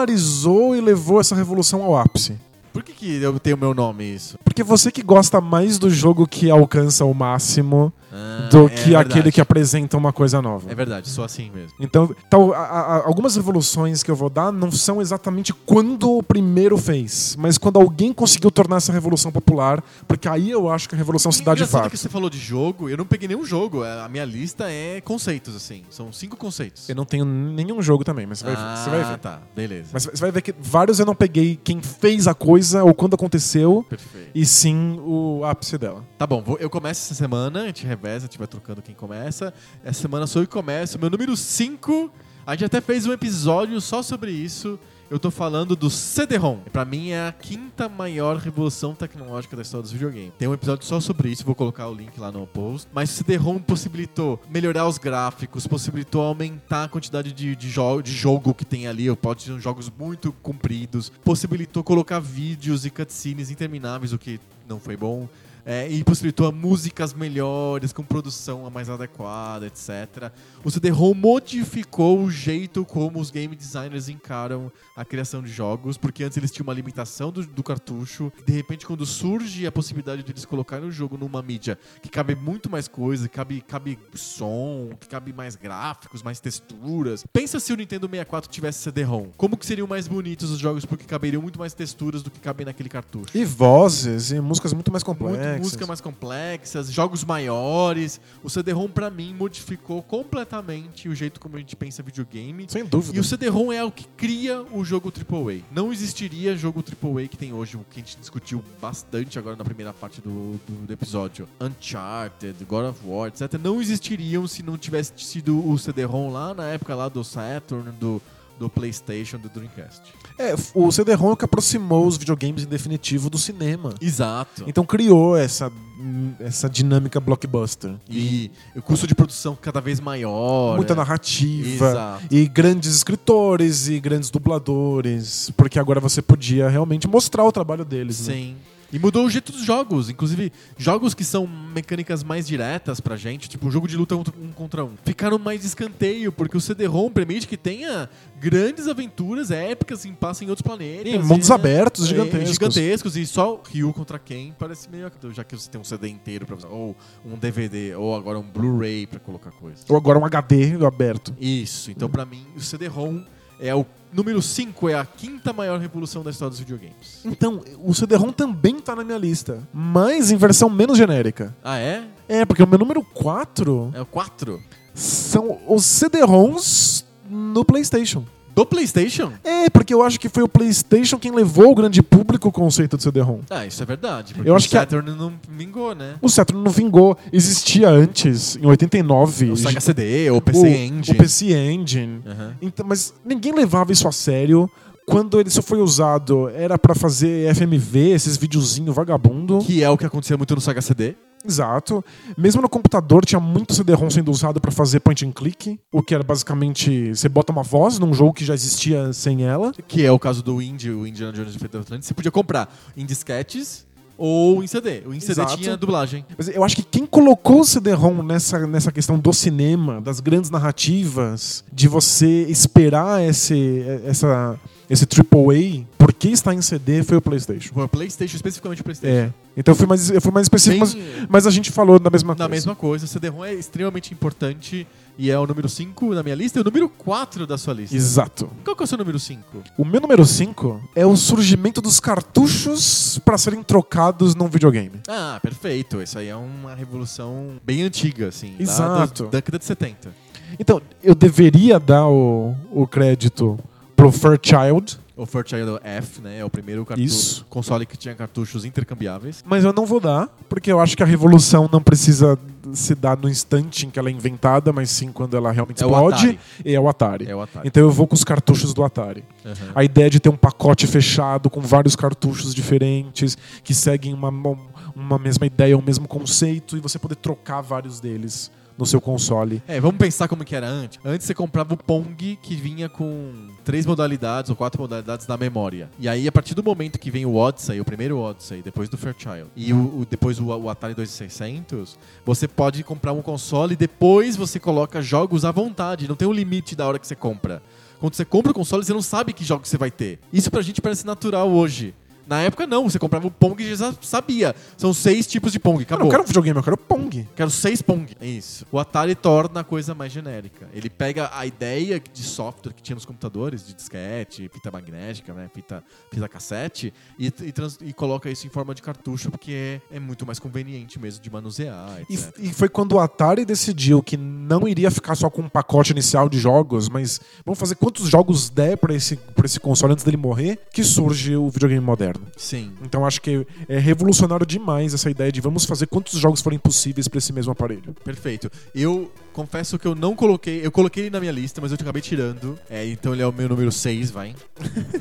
popularizou e levou essa revolução ao ápice.
por que, que eu tenho meu nome isso?
Porque você que gosta mais do jogo que alcança o máximo
Ah,
do
é
que
verdade.
aquele que apresenta uma coisa nova.
É verdade, sou assim mesmo.
Então, tal, a- a- algumas revoluções que eu vou dar não são exatamente quando o primeiro fez, mas quando alguém conseguiu tornar essa revolução popular, porque aí eu acho que a revolução se dá de
É Engraçado
fato.
que você falou de jogo, eu não peguei nenhum jogo. A minha lista é conceitos, assim. São cinco conceitos.
Eu não tenho nenhum jogo também, mas você vai,
ah,
ver, você vai ver.
tá. Beleza.
Mas você vai ver que vários eu não peguei quem fez a coisa ou quando aconteceu,
Perfeito.
e sim o ápice dela.
Tá bom, vou- eu começo essa semana, a gente reveza, a gente vai trocando quem começa. Essa semana sou eu que começo. Meu número 5, a gente até fez um episódio só sobre isso. Eu tô falando do CD-ROM. Pra mim é a quinta maior revolução tecnológica da história dos videogames. Tem um episódio só sobre isso, vou colocar o link lá no post. Mas o CD-ROM possibilitou melhorar os gráficos, possibilitou aumentar a quantidade de, de, jo- de jogo que tem ali. Eu Pode ser jogos muito compridos. Possibilitou colocar vídeos e cutscenes intermináveis, o que não foi bom. É, e possibilitou músicas melhores, com produção mais adequada, etc. O CD-ROM modificou o jeito como os game designers encaram a criação de jogos, porque antes eles tinham uma limitação do, do cartucho. De repente, quando surge a possibilidade de eles colocarem o jogo numa mídia que cabe muito mais coisa, cabe, cabe som, que cabe mais gráficos, mais texturas. Pensa se o Nintendo 64 tivesse CD-ROM. Como que seriam mais bonitos os jogos, porque caberiam muito mais texturas do que cabem naquele cartucho?
E vozes e músicas muito mais
Muito
complexas.
música mais complexas, jogos maiores. O CD-ROM, pra mim, modificou completamente o jeito como a gente pensa videogame.
Sem dúvida.
E o CD-ROM é o que cria o jogo AAA. Não existiria jogo AAA que tem hoje, o que a gente discutiu bastante agora na primeira parte do, do- do episódio. Uncharted, God of War, etc. Não existiriam se não tivesse sido o CD-ROM lá na época lá do Saturn, do, do PlayStation, do Dreamcast.
É, o CD-ROM é o que aproximou os videogames em definitivo do cinema.
Exato.
Então criou essa, essa dinâmica blockbuster.
E o custo de produção cada vez maior.
Muita
é.
narrativa.
Exato.
E grandes escritores e grandes dubladores. Porque agora você podia realmente mostrar o trabalho deles. né?
Sim. E mudou o jeito dos jogos, inclusive jogos que são mecânicas mais diretas pra gente, tipo um jogo de luta um um contra um, ficaram mais de escanteio, porque o CD-ROM permite que tenha grandes aventuras épicas em passe em outros planetas.
E mundos
é-
abertos
é,
gigantescos.
gigantescos, e só Ryu contra quem parece meio. Já que você tem um CD inteiro pra você, ou um DVD, ou agora um Blu-ray pra colocar coisa.
Ou agora um HD aberto.
Isso, então pra mim o CD-ROM é o número 5, é a quinta maior revolução da história dos videogames.
Então, o CD-ROM também tá na minha lista. Mas em versão menos genérica.
Ah, é?
É, porque o meu número 4
É o 4?
são os CD-ROMs no PlayStation.
Do PlayStation?
É, porque eu acho que foi o PlayStation quem levou ao grande público o conceito do CD-ROM.
Ah, isso é verdade. Porque
Eu acho
o
que a-
Saturn não vingou, né?
O Saturn não vingou. Existia antes, em 89.
É O Sega
gi-
CD, ou o PC Engine. É.
O PC Engine.
Aham.
Então, mas ninguém levava isso a sério. Quando ele só foi usado, era pra fazer FMV, esses videozinhos vagabundo.
Que é o que acontecia muito no Sega CD.
Exato. Mesmo no computador tinha muito CD-ROM sendo usado para fazer point and click, o que era basicamente você bota uma voz num jogo que já existia sem ela.
Que é o caso do Indie, o Indiana Jones e o Feito Atlântico. Você podia comprar em disquetes ou em CD. O em CD
Exato.
tinha dublagem.
Mas eu acho que quem colocou o CD-ROM nessa, nessa questão do cinema, das grandes narrativas, de você esperar esse, essa, esse AAA, porque está em CD, foi o PlayStation.
Foi o Tipo, PlayStation, especificamente o PlayStation.
É. Então eu fui mais, eu fui mais específico,
Bem-
mas, mas a gente falou da mesma
Na
coisa.
mesma coisa, o CD-ROM é extremamente importante e é o número 5 na minha lista e o número 4 da sua lista.
Exato.
Qual que é o seu número 5?
O meu número 5 é o surgimento dos cartuchos para serem trocados num videogame.
Ah, perfeito. Isso aí é uma revolução bem antiga, assim. lá
Exato.
da década de 70.
Então, eu deveria dar o, o crédito pro Fairchild,
O Fairchild F, né? É o primeiro cartucho,
Isso.
console que tinha cartuchos intercambiáveis.
mas eu não vou dar, porque eu acho que a revolução não precisa se dar no instante em que ela é inventada, mas sim quando ela realmente
É o
explode.
Atari.
E é o Atari.
É o Atari.
Então eu vou com os cartuchos do Atari.
Aham.
A ideia de ter um pacote fechado com vários cartuchos diferentes que seguem uma, uma mesma ideia, um mesmo conceito e você poder trocar vários deles no seu console.
É, vamos pensar como que era antes. Antes você comprava o Pong, que vinha com três modalidades ou quatro modalidades na memória. E aí, a partir do momento que vem o Odyssey, o primeiro Odyssey, depois do Fairchild, e o, o- depois o, o Atari 2600, você pode comprar um console e depois você coloca jogos à vontade. Não tem um limite da hora que você compra. Quando você compra o console, você não sabe que jogos você vai ter. Isso pra gente parece natural hoje. Na época, não. Você comprava o Pong e já sabia. São seis tipos de Pong.
Eu
Acabou.
não quero um videogame, eu quero Pong.
Quero seis Pong. É Isso. O Atari torna a coisa mais genérica. Ele pega a ideia de software que tinha nos computadores, de disquete, fita magnética, né? Fita, fita cassete, e, e trans- e coloca isso em forma de cartucho, porque é, é muito mais conveniente mesmo de manusear,
E,
etc.
e foi quando o Atari decidiu que não iria ficar só com um pacote inicial de jogos, mas vamos fazer quantos jogos der pra esse, pra esse console antes dele morrer, que surge o videogame moderno.
Sim.
Então acho que é revolucionário demais essa ideia de vamos fazer quantos jogos forem possíveis pra esse mesmo aparelho.
Perfeito. Eu confesso que eu não coloquei. Eu coloquei ele na minha lista, mas eu acabei tirando. É, então ele é o meu número 6, vai.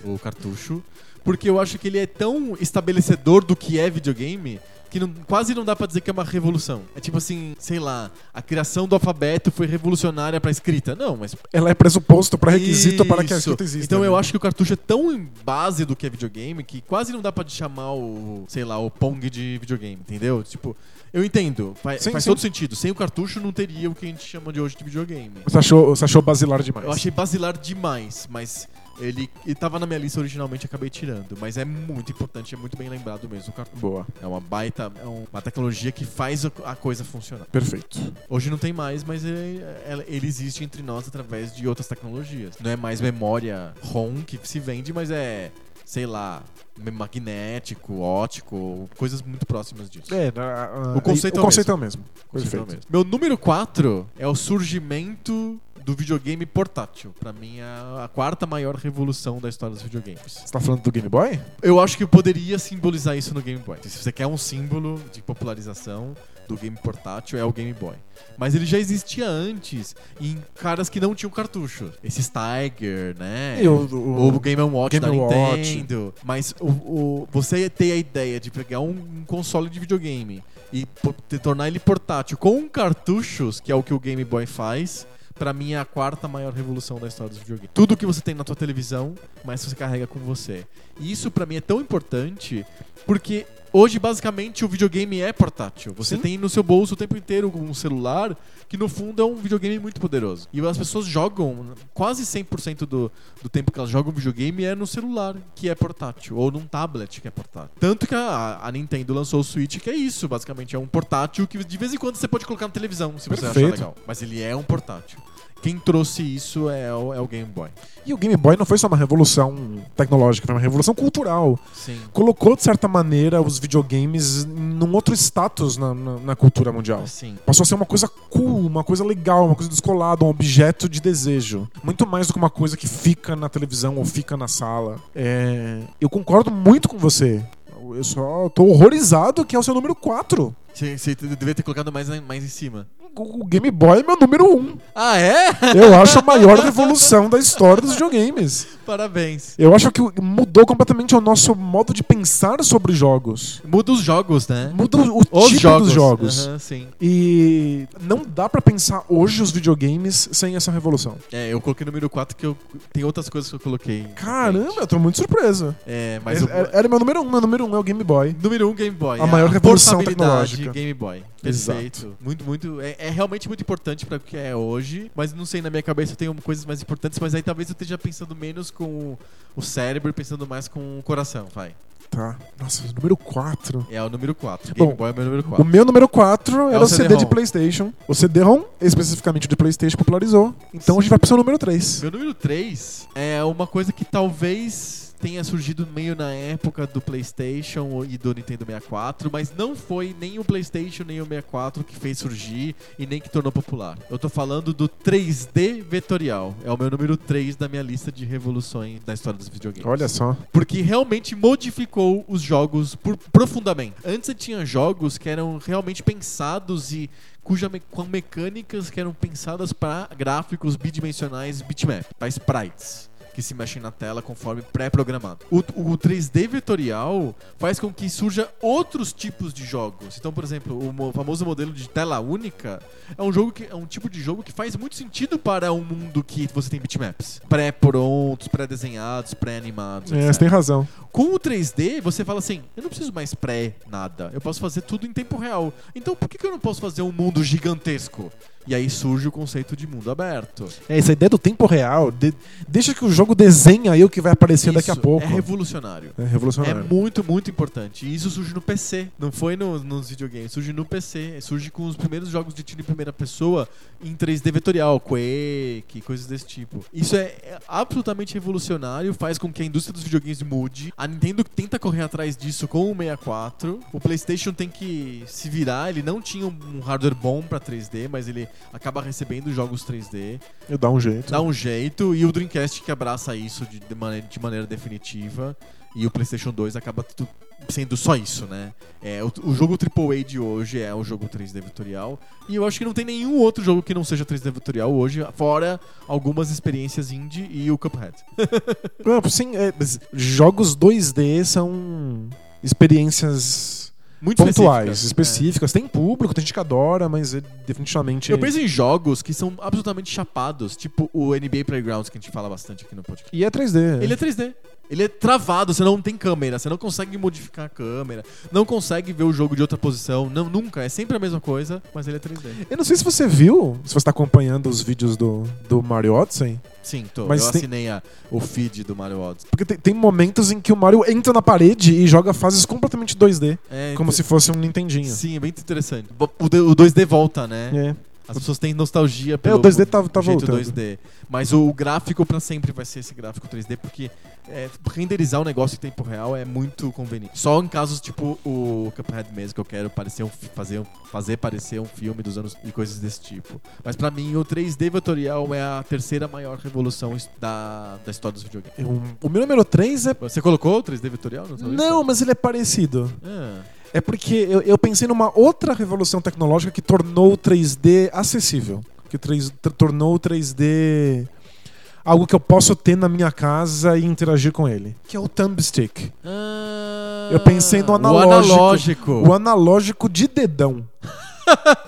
o cartucho. Porque eu acho que ele é tão estabelecedor do que é videogame que não- quase não dá pra dizer que é uma revolução. É tipo assim, sei lá, a criação do alfabeto foi revolucionária pra escrita. Não, mas
Ela é pressuposto para requisito para que a
isso.
escrita exista.
Então
né?
eu acho que o cartucho é tão em base do que é videogame que quase não dá pra chamar o, sei lá, o Pong de videogame, entendeu? Tipo, eu entendo, faz,
Sim,
faz
sim.
todo sentido. Sem o cartucho não teria o que a gente chama de hoje de videogame.
Você achou, você achou basilar demais.
Eu achei basilar demais, mas ele, ele tava na minha lista originalmente, acabei tirando. Mas é muito importante, é muito bem lembrado mesmo o cartucho.
Boa.
É uma baita, é uma tecnologia que faz a- a coisa funcionar.
Perfeito.
Hoje não tem mais, mas ele, ela- ele existe entre nós através de outras tecnologias. Não é mais memória ROM que se vende, mas é, sei lá, me- magnético, ótico, coisas muito próximas disso.
É, na- a-
O conceito
o
é o
conceito é o mesmo.
Coisa
Perfeito.
mesmo. Meu número 4 é o surgimento do videogame portátil. Pra mim, é a quarta maior revolução da história dos videogames.
Você tá falando do Game Boy?
Eu acho que eu poderia simbolizar isso no Game Boy. Se você quer um símbolo de popularização do game portátil, é o Game Boy. Mas ele já existia antes em caras que não tinham cartucho. Esses Tiger, né?
E o-
Ou
o-
o Game Watch
Game
da
Watch.
Nintendo. Mas o, o- você ter a ideia de pegar um, um console de videogame e po- te- tornar ele portátil com cartuchos, que é o que o Game Boy faz, pra mim é a quarta maior revolução da história dos videogames. Tudo que você tem na tua televisão, mas você carrega com você. E isso pra mim é tão importante porque hoje basicamente o videogame é portátil. Você
Sim.
tem no seu bolso o tempo inteiro um celular que no fundo é um videogame muito poderoso. E as pessoas jogam, quase 100% do, do tempo que elas jogam videogame é no celular, que é portátil, ou num tablet que é portátil. Tanto que a, a Nintendo lançou o Switch, que é isso, basicamente. É um portátil que de vez em quando você pode colocar na televisão, se você
Perfeito.
achar legal. Mas ele é um portátil. Quem trouxe isso é o, é o Game Boy.
E o Game Boy não foi só uma revolução tecnológica, foi uma revolução cultural.
Sim.
Colocou, de certa maneira, os videogames num outro status na, na- na cultura mundial.
Sim.
Passou a ser uma coisa cool, uma coisa legal, uma coisa descolada, um objeto de desejo. Muito mais do que uma coisa que fica na televisão ou fica na sala. É, Eu concordo muito com você. Eu só tô horrorizado que é o seu número 4.
Você você devia ter colocado mais, na- mais em cima.
O o Game Boy é meu número 1.
Ah, é?
Eu acho a maior revolução da história dos videogames.
Parabéns.
Eu acho que o- mudou completamente o nosso modo de pensar sobre jogos.
Muda os jogos, né?
Muda o o
os
tipo
jogos.
dos jogos.
Aham, sim.
E não dá pra pensar hoje os videogames sem essa revolução.
É, eu coloquei número 4 que eu. Tem outras coisas que eu coloquei.
Caramba, eu tô muito surpreso.
É, mas eu.
era, era meu número um, meu número um é o Game Boy.
Número 1, um, Game Boy.
A maior revolução
portabilidade,
tecnológica.
Game Boy.
Exato.
Perfeito. Muito, muito. É, é realmente muito importante pra o que é hoje, mas não sei, na minha cabeça eu tenho coisas mais importantes, mas aí talvez eu esteja pensando menos com o, o cérebro e pensando mais com o coração, vai.
Tá. Nossa, número 4.
É o número 4.
Bom,
Game Boy é o meu número
O
4.
meu número 4
É
era
o
o CD, de
CD-ROM.
PlayStation. O CD-ROM, especificamente de PlayStation, popularizou. Então a gente vai pro seu número 3.
Meu número 3 é uma coisa que talvez tenha surgido meio na época do PlayStation e do Nintendo 64, mas não foi nem o PlayStation nem o 64 que fez surgir e nem que tornou popular. Eu tô falando do 3D vetorial. É o meu número 3 da minha lista de revoluções da história dos videogames.
Olha só.
Porque realmente modificou os jogos por- profundamente. Antes você tinha jogos que eram realmente pensados e cuja me- com mecânicas que eram pensadas para gráficos bidimensionais bitmap, para sprites. Que se mexem na tela conforme pré-programado. O, o 3D vetorial faz com que surja outros tipos de jogos. Então, por exemplo, o mo- famoso modelo de tela única é um jogo que é um tipo de jogo que faz muito sentido para um mundo que você tem bitmaps pré-prontos, pré-desenhados, pré-animados.
É,
etc.
você tem razão.
Com o 3D, você fala assim: eu não preciso mais pré nada, eu posso fazer tudo em tempo real. Então por que, que eu não posso fazer um mundo gigantesco? E aí surge o conceito de mundo aberto.
É, essa ideia do tempo real, de- deixa que o jogo desenha aí o que vai aparecer daqui a
Isso
pouco.
É revolucionário.
É
É
revolucionário.
muito, muito importante. E isso surge no PC. Não foi no- nos videogames, surge no PC. Surge com os primeiros jogos de tiro em primeira pessoa em 3D vetorial, Quake, coisas desse tipo. Isso é é absolutamente revolucionário, faz com que a indústria dos videogames mude. A Nintendo tenta correr atrás disso com o 64. O PlayStation tem que se virar. Ele não tinha um um hardware bom pra 3D, mas ele acaba recebendo jogos 3D
Eu dá um jeito.
dá um jeito e o Dreamcast que abraça isso de, de maneira, de maneira definitiva e o PlayStation 2 acaba tu- sendo só isso, né? É, o, o jogo AAA de hoje é o jogo 3D vetorial e eu acho que não tem nenhum outro jogo que não seja 3D vetorial hoje, fora algumas experiências indie e o Cuphead.
Ah, Sim, é, mas jogos 2D são experiências
Muito
pontuais,
específicas. né?
específicas. Tem público, tem gente que adora, mas é definitivamente.
É. Eu penso em jogos que são absolutamente chapados, tipo o NBA Playgrounds que a gente fala bastante aqui no podcast.
E é 3D.
Ele é 3D. Ele é travado, você não tem câmera, você não consegue modificar a câmera, não consegue ver o jogo de outra posição, não, nunca, é sempre a mesma coisa, mas ele é 3D.
Eu não sei se você viu, se você tá acompanhando os vídeos do, do Mario Odyssey,
Sim, tô.
Mas
eu
tem-
assinei a- o feed do Mario Odyssey.
porque tem, tem momentos em que o Mario entra na parede e joga fases completamente 2D,
É,
como
inter-
se fosse um Nintendinho.
Sim, é bem interessante. O de- O 2D volta, né?
É.
As pessoas têm nostalgia
É,
pelo
o 2D tá, tá
jeito
voltando.
2D. Mas o gráfico pra sempre vai ser esse gráfico 3D, porque é, renderizar um negócio em tempo real é muito conveniente. Só em casos tipo o Cuphead mesmo, que eu quero parecer um fi- fazer, um- fazer parecer um filme dos anos e coisas desse tipo. Mas pra mim, o 3D vetorial é a terceira maior revolução his- da, da história dos videogames.
Eu- o meu número 3 é.
Você colocou o 3D vetorial? na sua lista?
Não, mas ele é parecido.
Ah,
É porque eu, eu pensei numa outra revolução tecnológica que tornou o 3D acessível. Que três- tr- tornou o 3D algo que eu posso ter na minha casa e interagir com ele. Que é o thumbstick.
Ah,
Eu pensei no
O
analógico.
analógico.
O analógico de dedão.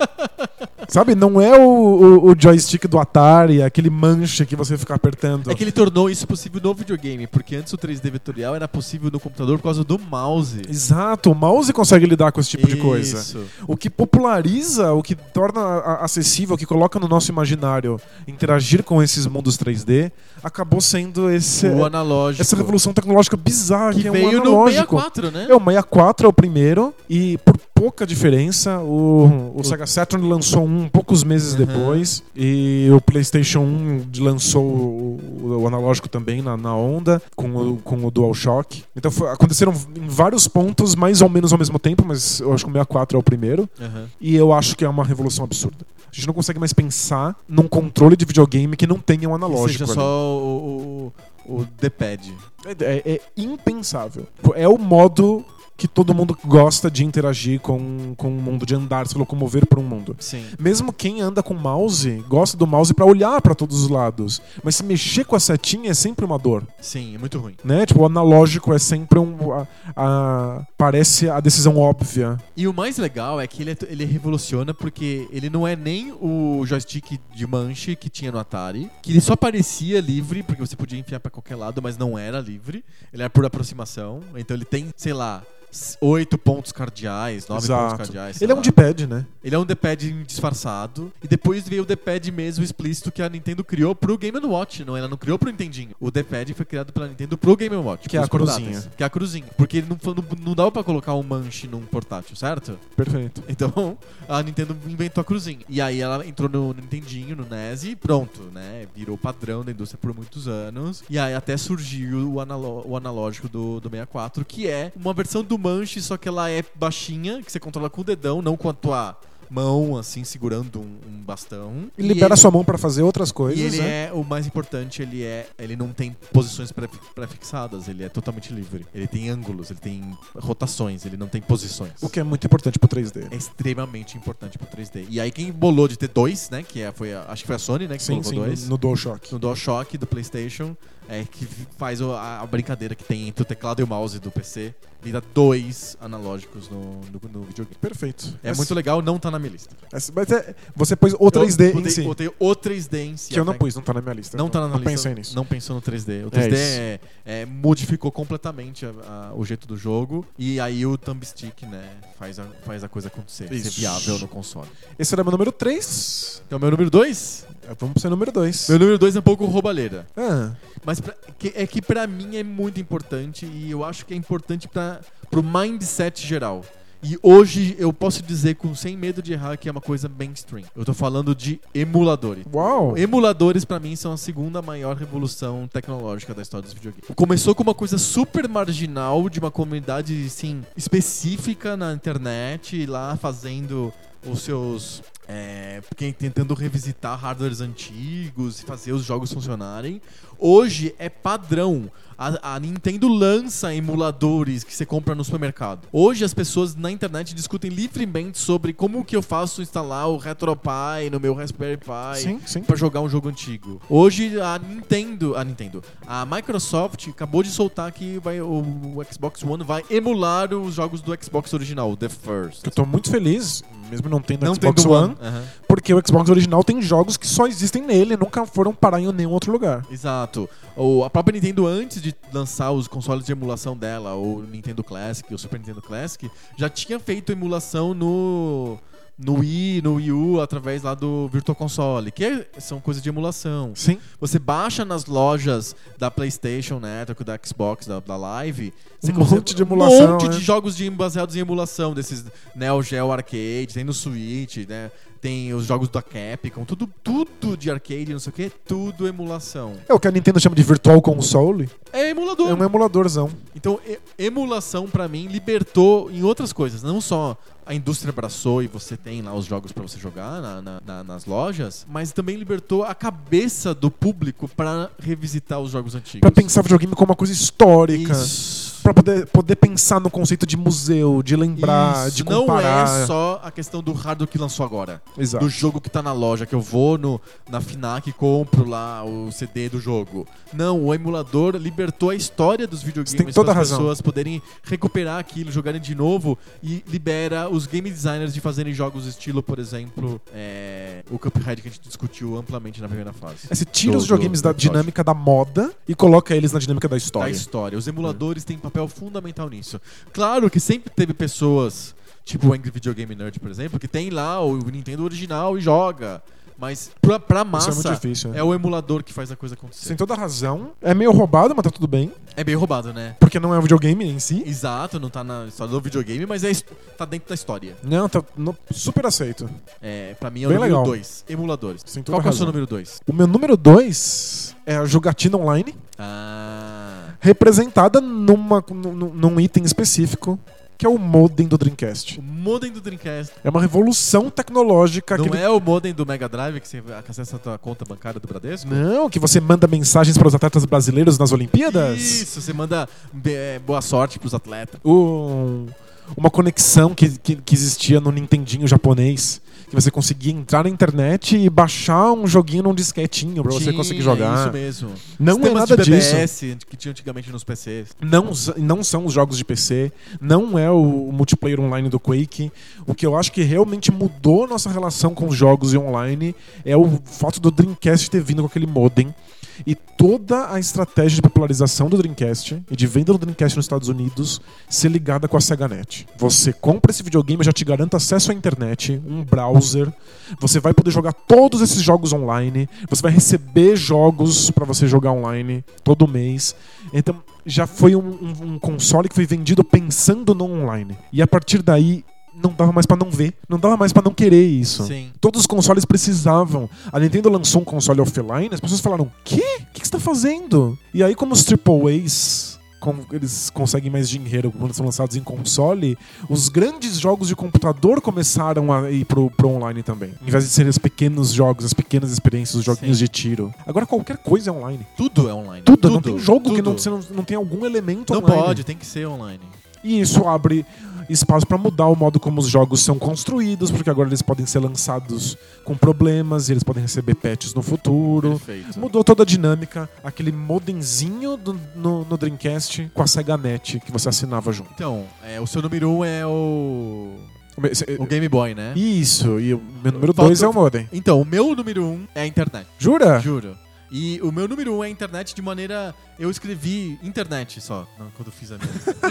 Sabe? Não é o, o- o joystick do Atari, aquele manche que você fica apertando.
É que ele tornou isso possível no videogame, porque antes o 3D vetorial era possível no computador por causa do mouse.
Exato, o mouse consegue lidar com esse tipo de coisa.
Isso.
O que populariza, o que torna a- acessível, o que coloca no nosso imaginário interagir com esses mundos 3D, acabou sendo esse,
o analógico.
essa revolução tecnológica bizarra que,
que
é um
veio no
analógico.
64, né?
É, o 64 é o primeiro, e por pouca diferença, o, o
O-
Sega Saturn lançou um poucos meses
Aham.
depois, e o PlayStation 1 lançou o, o analógico também na, na onda, com o, com o DualShock. Então foi- aconteceram em vários pontos, mais ou menos ao mesmo tempo, mas eu acho que o 64 é o primeiro.
Aham.
E eu acho que é uma revolução absurda. A gente não consegue mais pensar num controle de videogame que não tenha um
Que
analógico.
seja
ali.
só o, o, o D-pad.
É, é- é impensável. É o modo que todo mundo gosta de interagir com, com o mundo, de andar, se locomover por um mundo.
Sim.
Mesmo quem anda com mouse, gosta do mouse pra olhar pra todos os lados. Mas se mexer com a setinha é sempre uma dor,
Sim, é muito ruim.
né? Tipo, o analógico é sempre um... a- a- parece a decisão óbvia.
E o mais legal é que ele, é t- ele revoluciona porque ele não é nem o joystick de manche que tinha no Atari, que ele só parecia livre, porque você podia enfiar pra qualquer lado, mas não era livre. Ele era por aproximação, então ele tem, sei lá, s- oito pontos cardeais, nove pontos
Exato.
cardeais. sei
Ele é um
lá.
D-pad, né?
Ele é um D-pad disfarçado. E depois veio o D-pad mesmo explícito que a Nintendo criou pro Game Watch. Não, ela não criou pro Nintendinho. O D-pad foi criado pela Nintendo pro Game Watch.
Que é a
pros portáteis.
cruzinha.
Que é a cruzinha. Porque ele não, fa- não, não dava pra colocar um manche num portátil, certo?
Perfeito.
Então, a Nintendo inventou a cruzinha. E aí ela entrou no Nintendinho, no NES e pronto, né? Virou padrão da indústria por muitos anos. E aí até surgiu o, analo- o analógico do, do 64, que é uma versão do manche, só que ela é baixinha, que você controla com o dedão, não com a tua mão, assim, segurando um, um bastão.
E libera
ele-
sua mão pra fazer outras coisas,
e ele
né?
é o mais importante, ele é, ele não tem posições pré- pré-fixadas, ele é totalmente livre. Ele tem ângulos, ele tem rotações, ele não tem posições
O que é muito importante pro 3D.
é extremamente importante pro 3D. E aí quem bolou de ter dois, né? Que é, foi a- acho que foi a Sony, né? Que
Sim,
colocou
sim,
dois.
no DualShock.
No DualShock do PlayStation, é que f- faz o- a, a brincadeira que tem entre o teclado e o mouse do PC. Ele dá dois analógicos no, no, no videogame.
Perfeito.
É muito legal, não tá na minha lista.
Essa- Mas é- você pôs o 3D
eu,
em si.
Botei o 3D em si.
Que eu não
até-
pus, não tá na minha lista.
Não tá na
não
lista.
pensei nisso.
Não pensou no 3D. O
É
3D
isso.
é- é, modificou completamente a- a- o jeito do jogo. E aí o thumbstick, né? Faz a, faz a coisa acontecer. Ser
Isso.
viável no console.
Esse era meu número 3.
Então, meu número 2?
Vamos pro seu número 2.
Meu número 2 é um pouco roubalheira.
Ah,
Mas pra- que- é que pra mim é muito importante e eu acho que é importante pra, pro mindset geral. E hoje eu posso dizer com sem medo de errar que é uma coisa mainstream. Eu tô falando de emuladores.
uau!
Emuladores, pra mim, são a segunda maior revolução tecnológica da história dos videogames. Começou com uma coisa super marginal de uma comunidade, assim, específica na internet, lá fazendo os seus. É, quem- tentando revisitar hardwares antigos e fazer os jogos funcionarem. Hoje é padrão. A, a Nintendo lança emuladores que você compra no supermercado. Hoje as pessoas na internet discutem livremente sobre como que eu faço instalar o RetroPie no meu Raspberry Pi
Sim, sim.
pra jogar um jogo antigo. Hoje a Nintendo, a Nintendo, a Microsoft acabou de soltar que vai, o, o Xbox One vai emular os jogos do Xbox original, The First.
Eu tô muito feliz, mesmo não tendo
Não
Xbox
tendo
One,
Aham.
porque o Xbox original tem jogos que só existem nele e nunca foram parar em nenhum outro lugar.
Exato. Ou a própria Nintendo, antes de lançar os consoles de emulação dela, o Nintendo Classic, o Super Nintendo Classic, já tinha feito emulação no. No Wii, no Wii U, através lá do Virtual Console, que é- são coisas de emulação.
Sim.
Você baixa nas lojas da PlayStation Network, da Xbox, da, da Live. Você
Um
consegue-
monte de emulação,
Um monte
né?
de jogos de, baseados em emulação, desses Neo Geo Arcade, tem no Switch, né? Tem os jogos da Capcom, tudo, tudo de arcade, não sei o que, tudo emulação.
É o que a Nintendo chama de Virtual Console.
É
É
emulador.
um emuladorzão.
Então, e- emulação pra mim libertou em outras coisas, não só a indústria abraçou e você tem lá os jogos pra você jogar na- na- na- nas lojas, mas também libertou a cabeça do público pra revisitar os jogos antigos.
Pra pensar videogame como uma coisa histórica.
Isso.
Pra poder, poder pensar no conceito de museu, de lembrar,
Isso.
de
Não
comparar.
é só a questão do hardware que lançou agora.
Exato.
Do jogo que tá na loja, que eu vou no, na FNAC e compro lá o CD do jogo. Não, o emulador libertou a história dos videogames
Você tem toda
para as
a razão.
pessoas poderem recuperar aquilo, jogarem de novo e libera os game designers de fazerem jogos estilo, por exemplo, é, o Cuphead que a gente discutiu amplamente na primeira fase.
É, você tira
Do-
os videogames
do-
da
do Todd.
dinâmica da moda e coloca eles na dinâmica da
da
história.
história. Os emuladores têm papel fundamental nisso. Claro que sempre teve pessoas, tipo o Angry Video Game Nerd, por exemplo, que tem lá o Nintendo original e joga. Mas pra, pra massa,
Isso é muito difícil. né?
é o emulador que faz a coisa
Você
acontecer.
tem toda a razão. É meio roubado, mas tá tudo bem.
É bem roubado, né?
Porque não é um videogame em si.
Exato, não tá na história do videogame, mas é, his- tá dentro da história.
Não, tá no- super aceito.
É, pra mim é o
Bem
número
legal.
2. Emuladores.
Sem toda
Qual que é o
razão.
seu número 2?
O meu número 2 é a jogatina online,
Ah.
representada numa, num, num- num item específico, que é o modem do Dreamcast.
O modem do Dreamcast.
É uma revolução tecnológica. que
Não
ele-
é o modem do Mega Drive que você acessa a tua conta bancária do Bradesco?
Não, que você manda mensagens para os atletas brasileiros nas Olimpíadas.
Isso, você manda é, boa sorte pros atletas.
um- uma conexão que, que, que existia no Nintendinho japonês. Que você conseguia entrar na internet e baixar um joguinho num disquetinho pra você
Tinha,
conseguir
é Isso
jogar.
mesmo.
Não é
Sistemas
nada
de
disso.
BBS que tinha antigamente nos PCs.
Não, s- não são os jogos de PC, não é o multiplayer online do Quake. O que eu acho que realmente mudou nossa relação com os jogos e online é o fato do Dreamcast ter vindo com aquele modem e toda a estratégia de popularização do Dreamcast e de venda do Dreamcast nos Estados Unidos ser ligada com a SegaNet. Você compra esse videogame, eu já te garanto acesso à internet, um browser, você vai poder jogar todos esses jogos online, você vai receber jogos pra você jogar online todo mês. Então já foi um, um- um console que foi vendido pensando no online. E a partir daí não dava mais pra não ver, não dava mais pra não querer isso.
Sim.
Todos os consoles precisavam. A Nintendo lançou um console offline, as pessoas falaram: Quê? O que que você tá fazendo? E aí, como os AAAs. com- eles conseguem mais dinheiro quando são lançados em console. Os grandes jogos de computador começaram a ir pro, pro online também. Em vez de serem os pequenos jogos, as pequenas experiências, os joguinhos
Sim.
de tiro. Agora qualquer coisa é online.
Tudo é online.
Tudo, não tem jogo que não,
tudo.
você não, não tem algum elemento
Não
online.
pode, tem que ser online.
E isso abre espaço para mudar o modo como os jogos são construídos, porque agora eles podem ser lançados com problemas e eles podem receber patches no futuro.
Perfeito.
Mudou toda a dinâmica, aquele modemzinho do- no, no Dreamcast com a SegaNet que você assinava junto.
Então, é, o seu número um é o.
Esse-
O Game Boy, né?
Isso, e o meu número
Falta-
2 é o modem.
Então, o meu número um é a internet.
Jura?
Juro. E o meu número um é a internet de maneira. Eu escrevi internet só, não, quando eu fiz a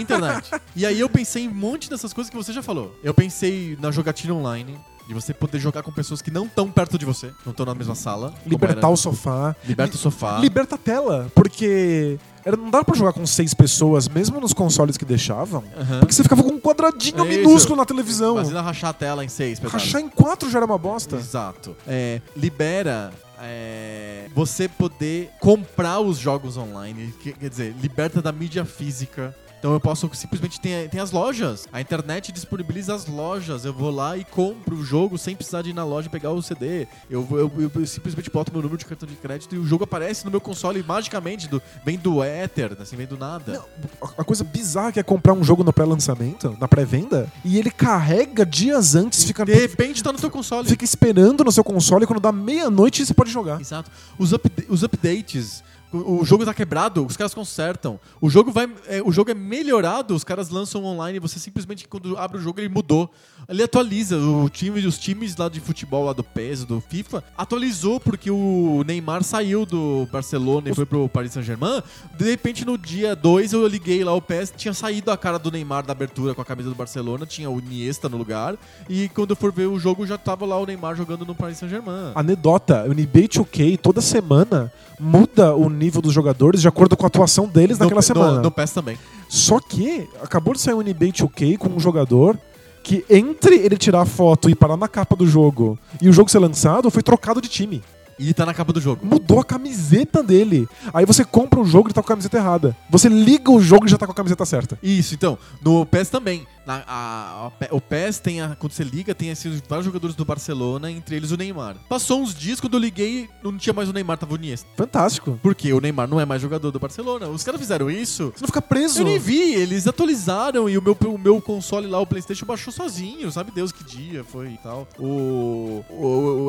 minha. internet. E aí eu pensei em um monte dessas coisas que você já falou. Eu pensei na jogatina online, de você poder jogar com pessoas que não estão perto de você, não estão na mesma sala. como
Libertar
era. Ah.
o sofá.
Liberta o sofá.
Liberta a tela, porque era, não dava pra jogar com seis pessoas, mesmo nos consoles que deixavam,
Aham.
porque você ficava com um quadradinho
Isso.
minúsculo na televisão.
Imagina rachar a tela em seis pedaços.
Rachar em quatro já era uma bosta.
Exato. É, libera é, você poder comprar os jogos online. Que- quer dizer, liberta da mídia física. Então eu posso simplesmente tem, tem as lojas. A internet disponibiliza as lojas. Eu vou lá e compro o jogo sem precisar de ir na loja e pegar o CD. Eu, vou- eu- eu- eu simplesmente boto meu número de cartão de crédito e o jogo aparece no meu console magicamente. do- vem do éter, assim, vem do nada.
Não, a coisa bizarra que é comprar um jogo no pré-lançamento, na pré-venda, e ele carrega dias antes, fica,
De repente tá no teu console.
fica esperando no seu console, quando dá meia-noite você pode jogar.
Exato. Os, upda- os updates. O o jogo tá quebrado, os caras consertam. O jogo vai, é, o jogo é melhorado, os caras lançam online. Você simplesmente quando abre o jogo ele mudou. Ele atualiza o time, os times lá de futebol lá do PES, do FIFA, atualizou porque o Neymar saiu do Barcelona e foi pro Paris Saint-Germain. De repente no dia 2 eu liguei lá o PES, tinha saído a cara do Neymar da abertura com a camisa do Barcelona, tinha o Iniesta no lugar. E quando eu for ver o jogo já tava lá o Neymar jogando no Paris Saint-Germain.
Anedota, o NBA 2K toda semana muda o nível dos jogadores de acordo com a atuação deles naquela semana.
No, no PES também.
Só que acabou de sair um NBA 2K com um jogador que entre ele tirar a foto e parar na capa do jogo e o jogo ser lançado, foi trocado de time.
E tá na capa do jogo.
mudou a camiseta dele. Aí você compra o jogo e tá com a camiseta errada. Você liga o jogo e já tá com a camiseta certa.
Isso, então. No PES também. Na- a- a Pe- o PES tem, a, quando você liga, tem esses vários jogadores do Barcelona, entre eles o Neymar. Passou uns dias, quando eu liguei, não tinha mais o Neymar, tava o Iniesta.
Fantástico.
Porque o Neymar não é mais jogador do Barcelona. Os caras fizeram isso.
Você não fica preso.
Eu nem vi, eles atualizaram e o meu, o meu console lá, o Playstation, baixou sozinho, sabe Deus que dia foi e tal. O, o,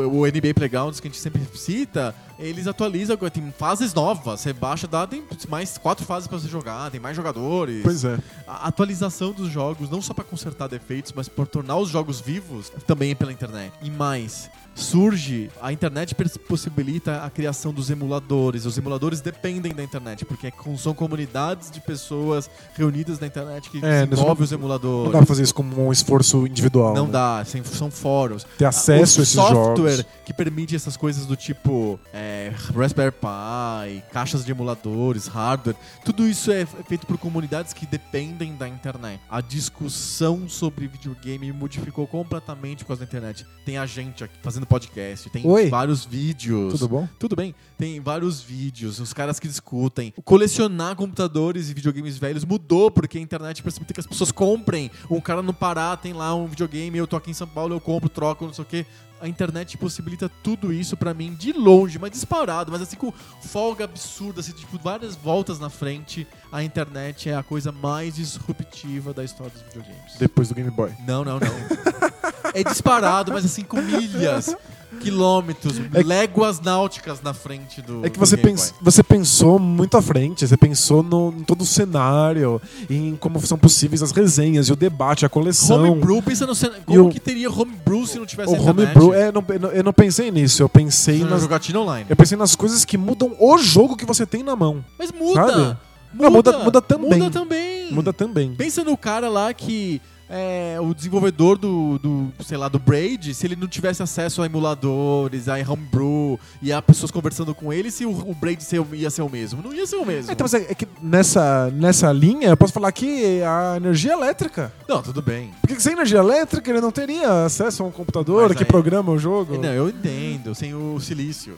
o, o NBA Playgrounds que a gente sempre cita, eles atualizam, agora tem fases novas, você baixa, dá, tem mais quatro fases pra você jogar, tem mais jogadores.
Pois é.
A atualização dos jogos, não só pra consertar defeitos, mas por tornar os jogos vivos, também é pela internet. E mais, surge, a internet pers- possibilita a criação dos emuladores. Os emuladores dependem da internet, porque é com- são comunidades de pessoas reunidas na internet que
É,
desenvolvem os
Não dá pra
emuladores.
fazer isso como um esforço individual.
Não
né?
dá, sem- são fóruns.
Ter acesso
o
a esses
software
jogos.
que permite essas coisas do tipo é, Raspberry Pi, caixas de emuladores, hardware, tudo isso é feito por comunidades que dependem da internet. A discussão sobre videogame modificou completamente por causa da internet. Tem a gente aqui fazendo podcast, tem
Oi.
vários vídeos.
Tudo bom?
Tudo bem, tem vários vídeos, os caras que discutem. Colecionar computadores e videogames velhos mudou, porque a internet possibilita que as pessoas comprem. Um cara no Pará tem lá um videogame, eu tô aqui em São Paulo, eu compro, troco, não sei o quê. A internet possibilita tudo isso pra mim de longe, mas disparado, mas assim com folga absurda, assim, tipo, várias voltas na frente. A internet é a coisa mais disruptiva da história dos videogames.
Depois do Game Boy.
Não, não, não. é disparado, mas assim, com milhas, quilômetros,
É que-
léguas náuticas na frente do.
É que
do
você,
Game
pens-
Boy.
você pensou muito à frente, você pensou no, em todo o cenário, em como são possíveis as resenhas e o debate, a coleção.
Homebrew, pensa no cen... Como
o-
que teria homebrew se não tivesse
o
internet?
homebrew. É, não, eu não- eu não pensei nisso, eu pensei,
Seria uma
nas,
jogatina online.
eu pensei nas coisas que mudam o jogo que você tem na mão.
Mas muda!
É- Sabe? Não, muda- muda também.
Muda também!
Muda também.
Pensa no cara lá que é o desenvolvedor do, do, sei lá, do Braid, se ele não tivesse acesso a emuladores, a homebrew e a pessoas conversando com ele, se o, o Braid ser- ia ser o mesmo. Não ia ser o mesmo.
É, então, mas é, é que nessa, nessa linha eu posso falar que a energia é elétrica.
Não, tudo bem.
Porque sem energia elétrica ele não teria acesso a um computador
Mas
que
aí- É,
programa o jogo.
Não, eu entendo, sem o silício.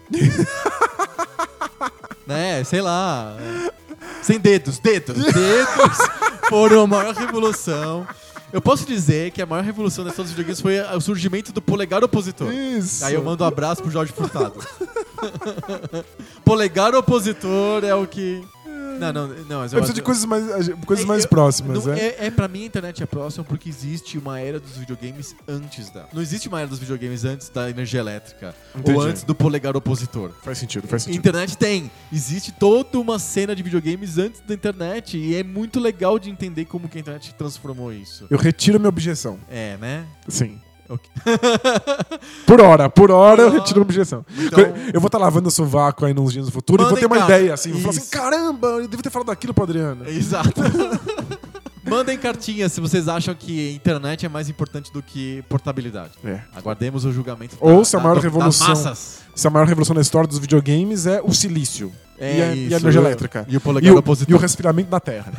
né, sei lá. Sem dedos, dedos, dedos foram a maior revolução. Eu posso dizer que a maior revolução da história dos videogames foi o surgimento do polegar opositor.
Isso.
Aí eu mando um abraço pro Jorge Furtado. polegar opositor é o que. Não, não, não. Mas
Eu preciso de coisas mais, eh, coisas mais
É, eu-
próximas,
não,
né?
é, pra mim a internet é próxima porque existe uma era dos videogames antes da. Não existe uma era dos videogames antes da energia elétrica.
Entendi.
Ou antes do polegar opositor.
Faz sentido, faz sentido.
Internet tem. Existe toda uma cena de videogames antes da internet. E é muito legal de entender como que a internet transformou isso.
Eu retiro minha objeção.
É, né?
Sim.
Ok.
Por hora, por hora eu
Por hora.
retiro minha objeção.
Então-
Eu vou estar lavando o sovaco aí nos dias no futuro e vou
Mandem
ter uma
cartas.
ideia, assim. Vou falar assim,
Isso. É
caramba, eu devia ter falado aquilo pro Adriano.
Exato. Mandem cartinhas se vocês acham que internet é mais importante do que portabilidade.
É.
Aguardemos o julgamento da-
Ou se a
da-
maior
das
revolução-
massas.
Essa é a maior revolução da história dos videogames é o silício.
É
e, a, e
isso.
a energia elétrica.
E o polegar
E o,
opositor.
e o respiramento da Terra.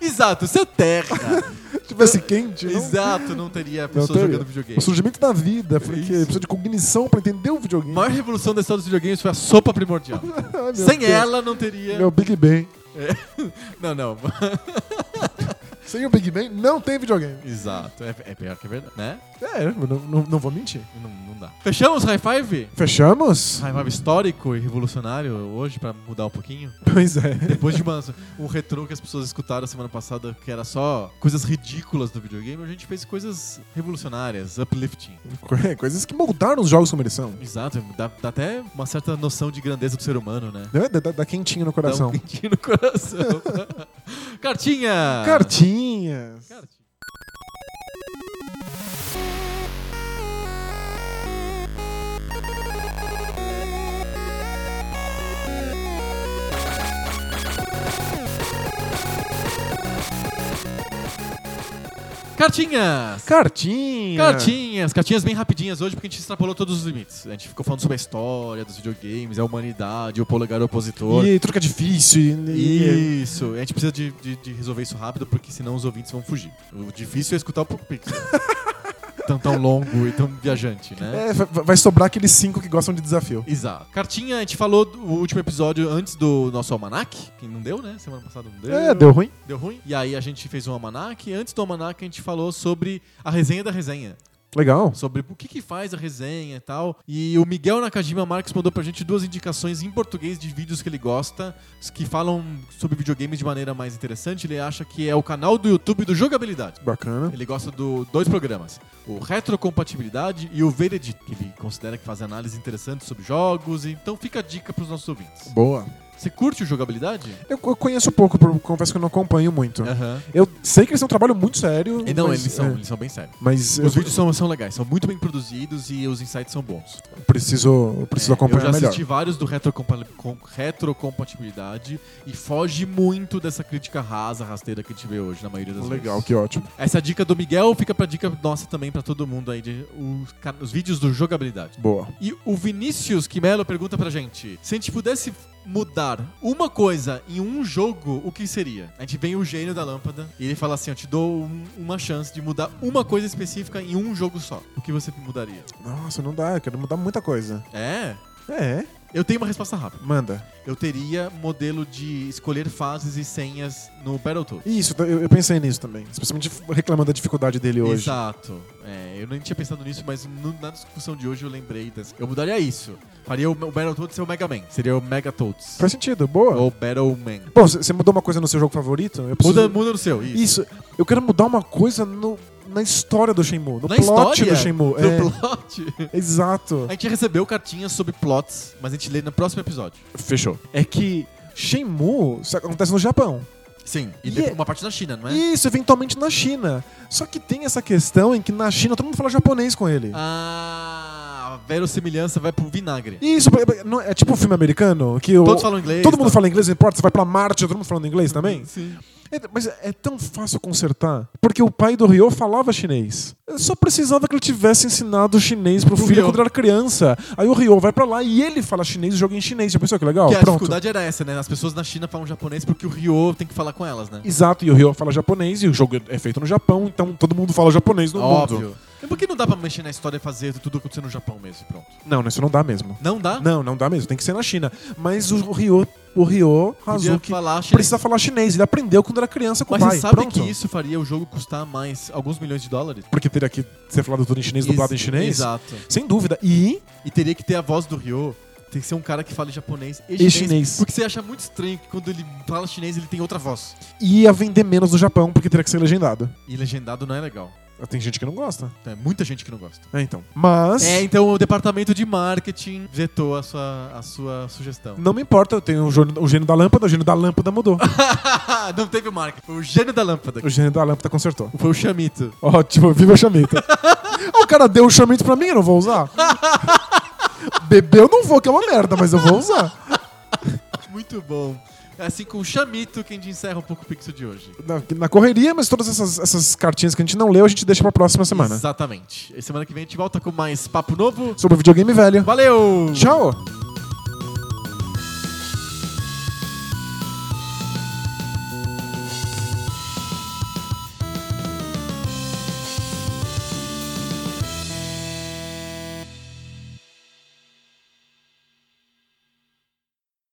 Exato, se a Terra
Se tivesse quente, não,
Exato, não teria
não
pessoas
teria.
jogando videogame.
O surgimento da vida, porque
Isso.
precisa de cognição pra entender o
A
videogame.
maior revolução da história dos videogames foi a sopa primordial.
Ah, meu
Sem
Deus.
ela não teria.
Meu Big Bang.
Não, não.
Sem o Big Bang, não tem videogame.
Exato. É, é pior que é verdade, né?
É, eu não, não, não vou mentir.
Não, não dá. Fechamos High Five?
Fechamos?
High Five histórico e revolucionário hoje, pra mudar um pouquinho.
Pois é.
Depois de uma, um retrô que as pessoas escutaram semana passada, que era só coisas ridículas do videogame, a gente fez coisas revolucionárias, uplifting.
É, Coisas que moldaram os jogos como eles são.
Exato, dá, dá até uma certa noção de grandeza do ser humano, né?
Dá, dá, dá quentinho no coração.
Dá um quentinho no coração. Cartinha!
Cartinhas.
Cartinha. Cartinhas!
Cartinhas.
Cartinhas, cartinhas bem rapidinhas hoje, porque a gente extrapolou todos os limites. A gente ficou falando sobre a história dos videogames, a humanidade, o polegar opositor.
E truque é difícil. E, e-
Isso, a gente precisa de, de- de resolver isso rápido, porque senão os ouvintes vão fugir. O difícil é escutar o Poco Pixel. tão, tão longo e tão viajante, né?
É, va- vai sobrar aqueles cinco que gostam de desafio.
Exato. Cartinha, a gente falou do último episódio antes do nosso almanac, que não deu, né? Semana passada não deu.
É, deu ruim.
Deu ruim. E aí a gente fez um almanac, e antes do almanac a gente falou sobre a resenha da resenha.
Legal.
sobre o que, que faz a resenha e tal. E o Miguel Nakajima Marques mandou pra gente duas indicações em português de vídeos que ele gosta, que falam sobre videogames de maneira mais interessante. Ele acha que é o canal do YouTube do Jogabilidade.
Bacana.
Ele gosta do dois programas, o Retrocompatibilidade e o Veredito, que ele considera que faz análises interessantes sobre jogos. Então fica a dica pros nossos ouvintes.
Boa.
Você curte o Jogabilidade?
Eu, eu conheço pouco, por- confesso que eu não acompanho muito.
Aham.
Eu sei que eles têm um trabalho muito sério.
É. E Não,
mas-
eles são,
é,
eles são bem sérios.
mas eu,
Os vídeos são, são legais, são muito bem produzidos e os insights são bons.
preciso, eu preciso
É,
acompanhar
Eu já
melhor.
assisti vários do retrocompa- com- retrocompatibilidade e foge muito dessa crítica rasa, rasteira que a gente vê hoje, na maioria das
Legal,
vezes.
que ótimo.
Essa dica do Miguel fica pra dica nossa também pra todo mundo aí, de, os, ca- os vídeos do jogabilidade.
Boa.
E o Vinícius Quimelo pergunta pra gente: se a gente pudesse mudar uma coisa em um jogo, o que seria? A gente vem o gênio da lâmpada e ele fala assim: Eu te dou um- uma chance de mudar uma coisa específica em um jogo só. O que você mudaria?
Nossa, não dá, eu quero mudar muita coisa.
É.
É,
Eu tenho uma resposta rápida.
manda.
Eu teria modelo de escolher fases e senhas no Battletoads.
Isso, eu, eu pensei nisso também. Especialmente reclamando da dificuldade dele hoje.
Exato. É, eu nem tinha pensado nisso, mas no- na discussão de hoje eu lembrei. Das... Eu mudaria isso. Faria o, o Battletoads ser o Mega Man. Seria o Megatoads.
Faz sentido, boa.
Ou Battle Man.
Bom, você mudou uma coisa no seu jogo favorito? Eu preciso-
Muda, muda no seu. Isso.
Isso. Eu quero mudar uma coisa no- na história do Shenmue, no
Na
plot
história?
do Shenmue.
No
é,
plot.
Exato.
A gente recebeu cartinhas sobre plots, mas a gente lê no próximo episódio.
Fechou. É que Shenmue isso acontece no Japão.
Sim. E
E
depois
é-
uma parte na China, não é?
Isso, eventualmente na China. Só que tem essa questão em que na China todo mundo fala japonês com ele.
Ah, a verossimilhança vai pro vinagre.
Isso, não- é tipo um filme americano que o-
Todos falam inglês.
todo mundo
tá?
fala inglês, não importa, você vai pra Marte, todo mundo falando inglês também.
Sim.
É, mas é tão fácil consertar. Porque o pai do Ryo falava chinês. Eu Só precisava que ele tivesse ensinado chinês pro
Pro
filho
Ryo.
quando era criança. Aí o Ryo vai pra lá e ele fala chinês e joga em chinês. Já pensou que legal?
que é a
Pronto.
dificuldade era essa, né? As pessoas na China falam japonês porque o Ryo tem que falar com elas, né?
Exato, e o Ryo fala japonês e o jogo é feito no Japão, então todo mundo fala japonês no mundo.
Óbvio. E por que não dá pra mexer na história e fazer tudo acontecer no Japão mesmo? Pronto.
Não, isso não dá mesmo.
Não dá?
Não, não dá mesmo, tem que ser na China. Mas o Ryo, o Ryo
Podia
Hazuki
falar chinês.
precisa falar chinês. Ele aprendeu quando era criança com
Mas
o pai.
você sabe
Pronto.
que isso faria o jogo custar mais alguns milhões de dólares?
Porque teria que ser falado tudo em chinês, dublado em
Ex-
chinês?
Exato.
Sem dúvida. E
E teria que ter a voz do Ryo. Tem que ser um cara que fale japonês e,
E
chinês,
chinês.
Porque você acha muito estranho que quando ele fala chinês ele tem outra voz.
ia vender menos no Japão, porque teria que ser legendado. Ah,
E legendado não é legal.
Tem gente que não gosta.
Tem muita gente que não gosta.
É, então. Mas.
É, então o departamento de marketing vetou a sua, a sua sugestão.
Não me importa, eu tenho o gênio, o gênio da lâmpada, o gênio da lâmpada mudou.
Ah, não teve o marketing. Foi o gênio da lâmpada.
o gênio da lâmpada consertou.
Foi o chamito.
Ótimo, viva o chamito. Ah, o cara deu o chamito pra mim, eu não vou usar. Beber eu não vou, que é uma merda, mas eu vou usar.
Muito bom. É assim com o chamito que a gente encerra um pouco o Pixel de hoje.
Na, na correria, mas todas essas, essas cartinhas que a gente não leu, a gente deixa pra próxima semana.
Exatamente. E semana que vem a gente volta com mais papo novo.
Sobre o videogame velho.
Valeu!
Tchau!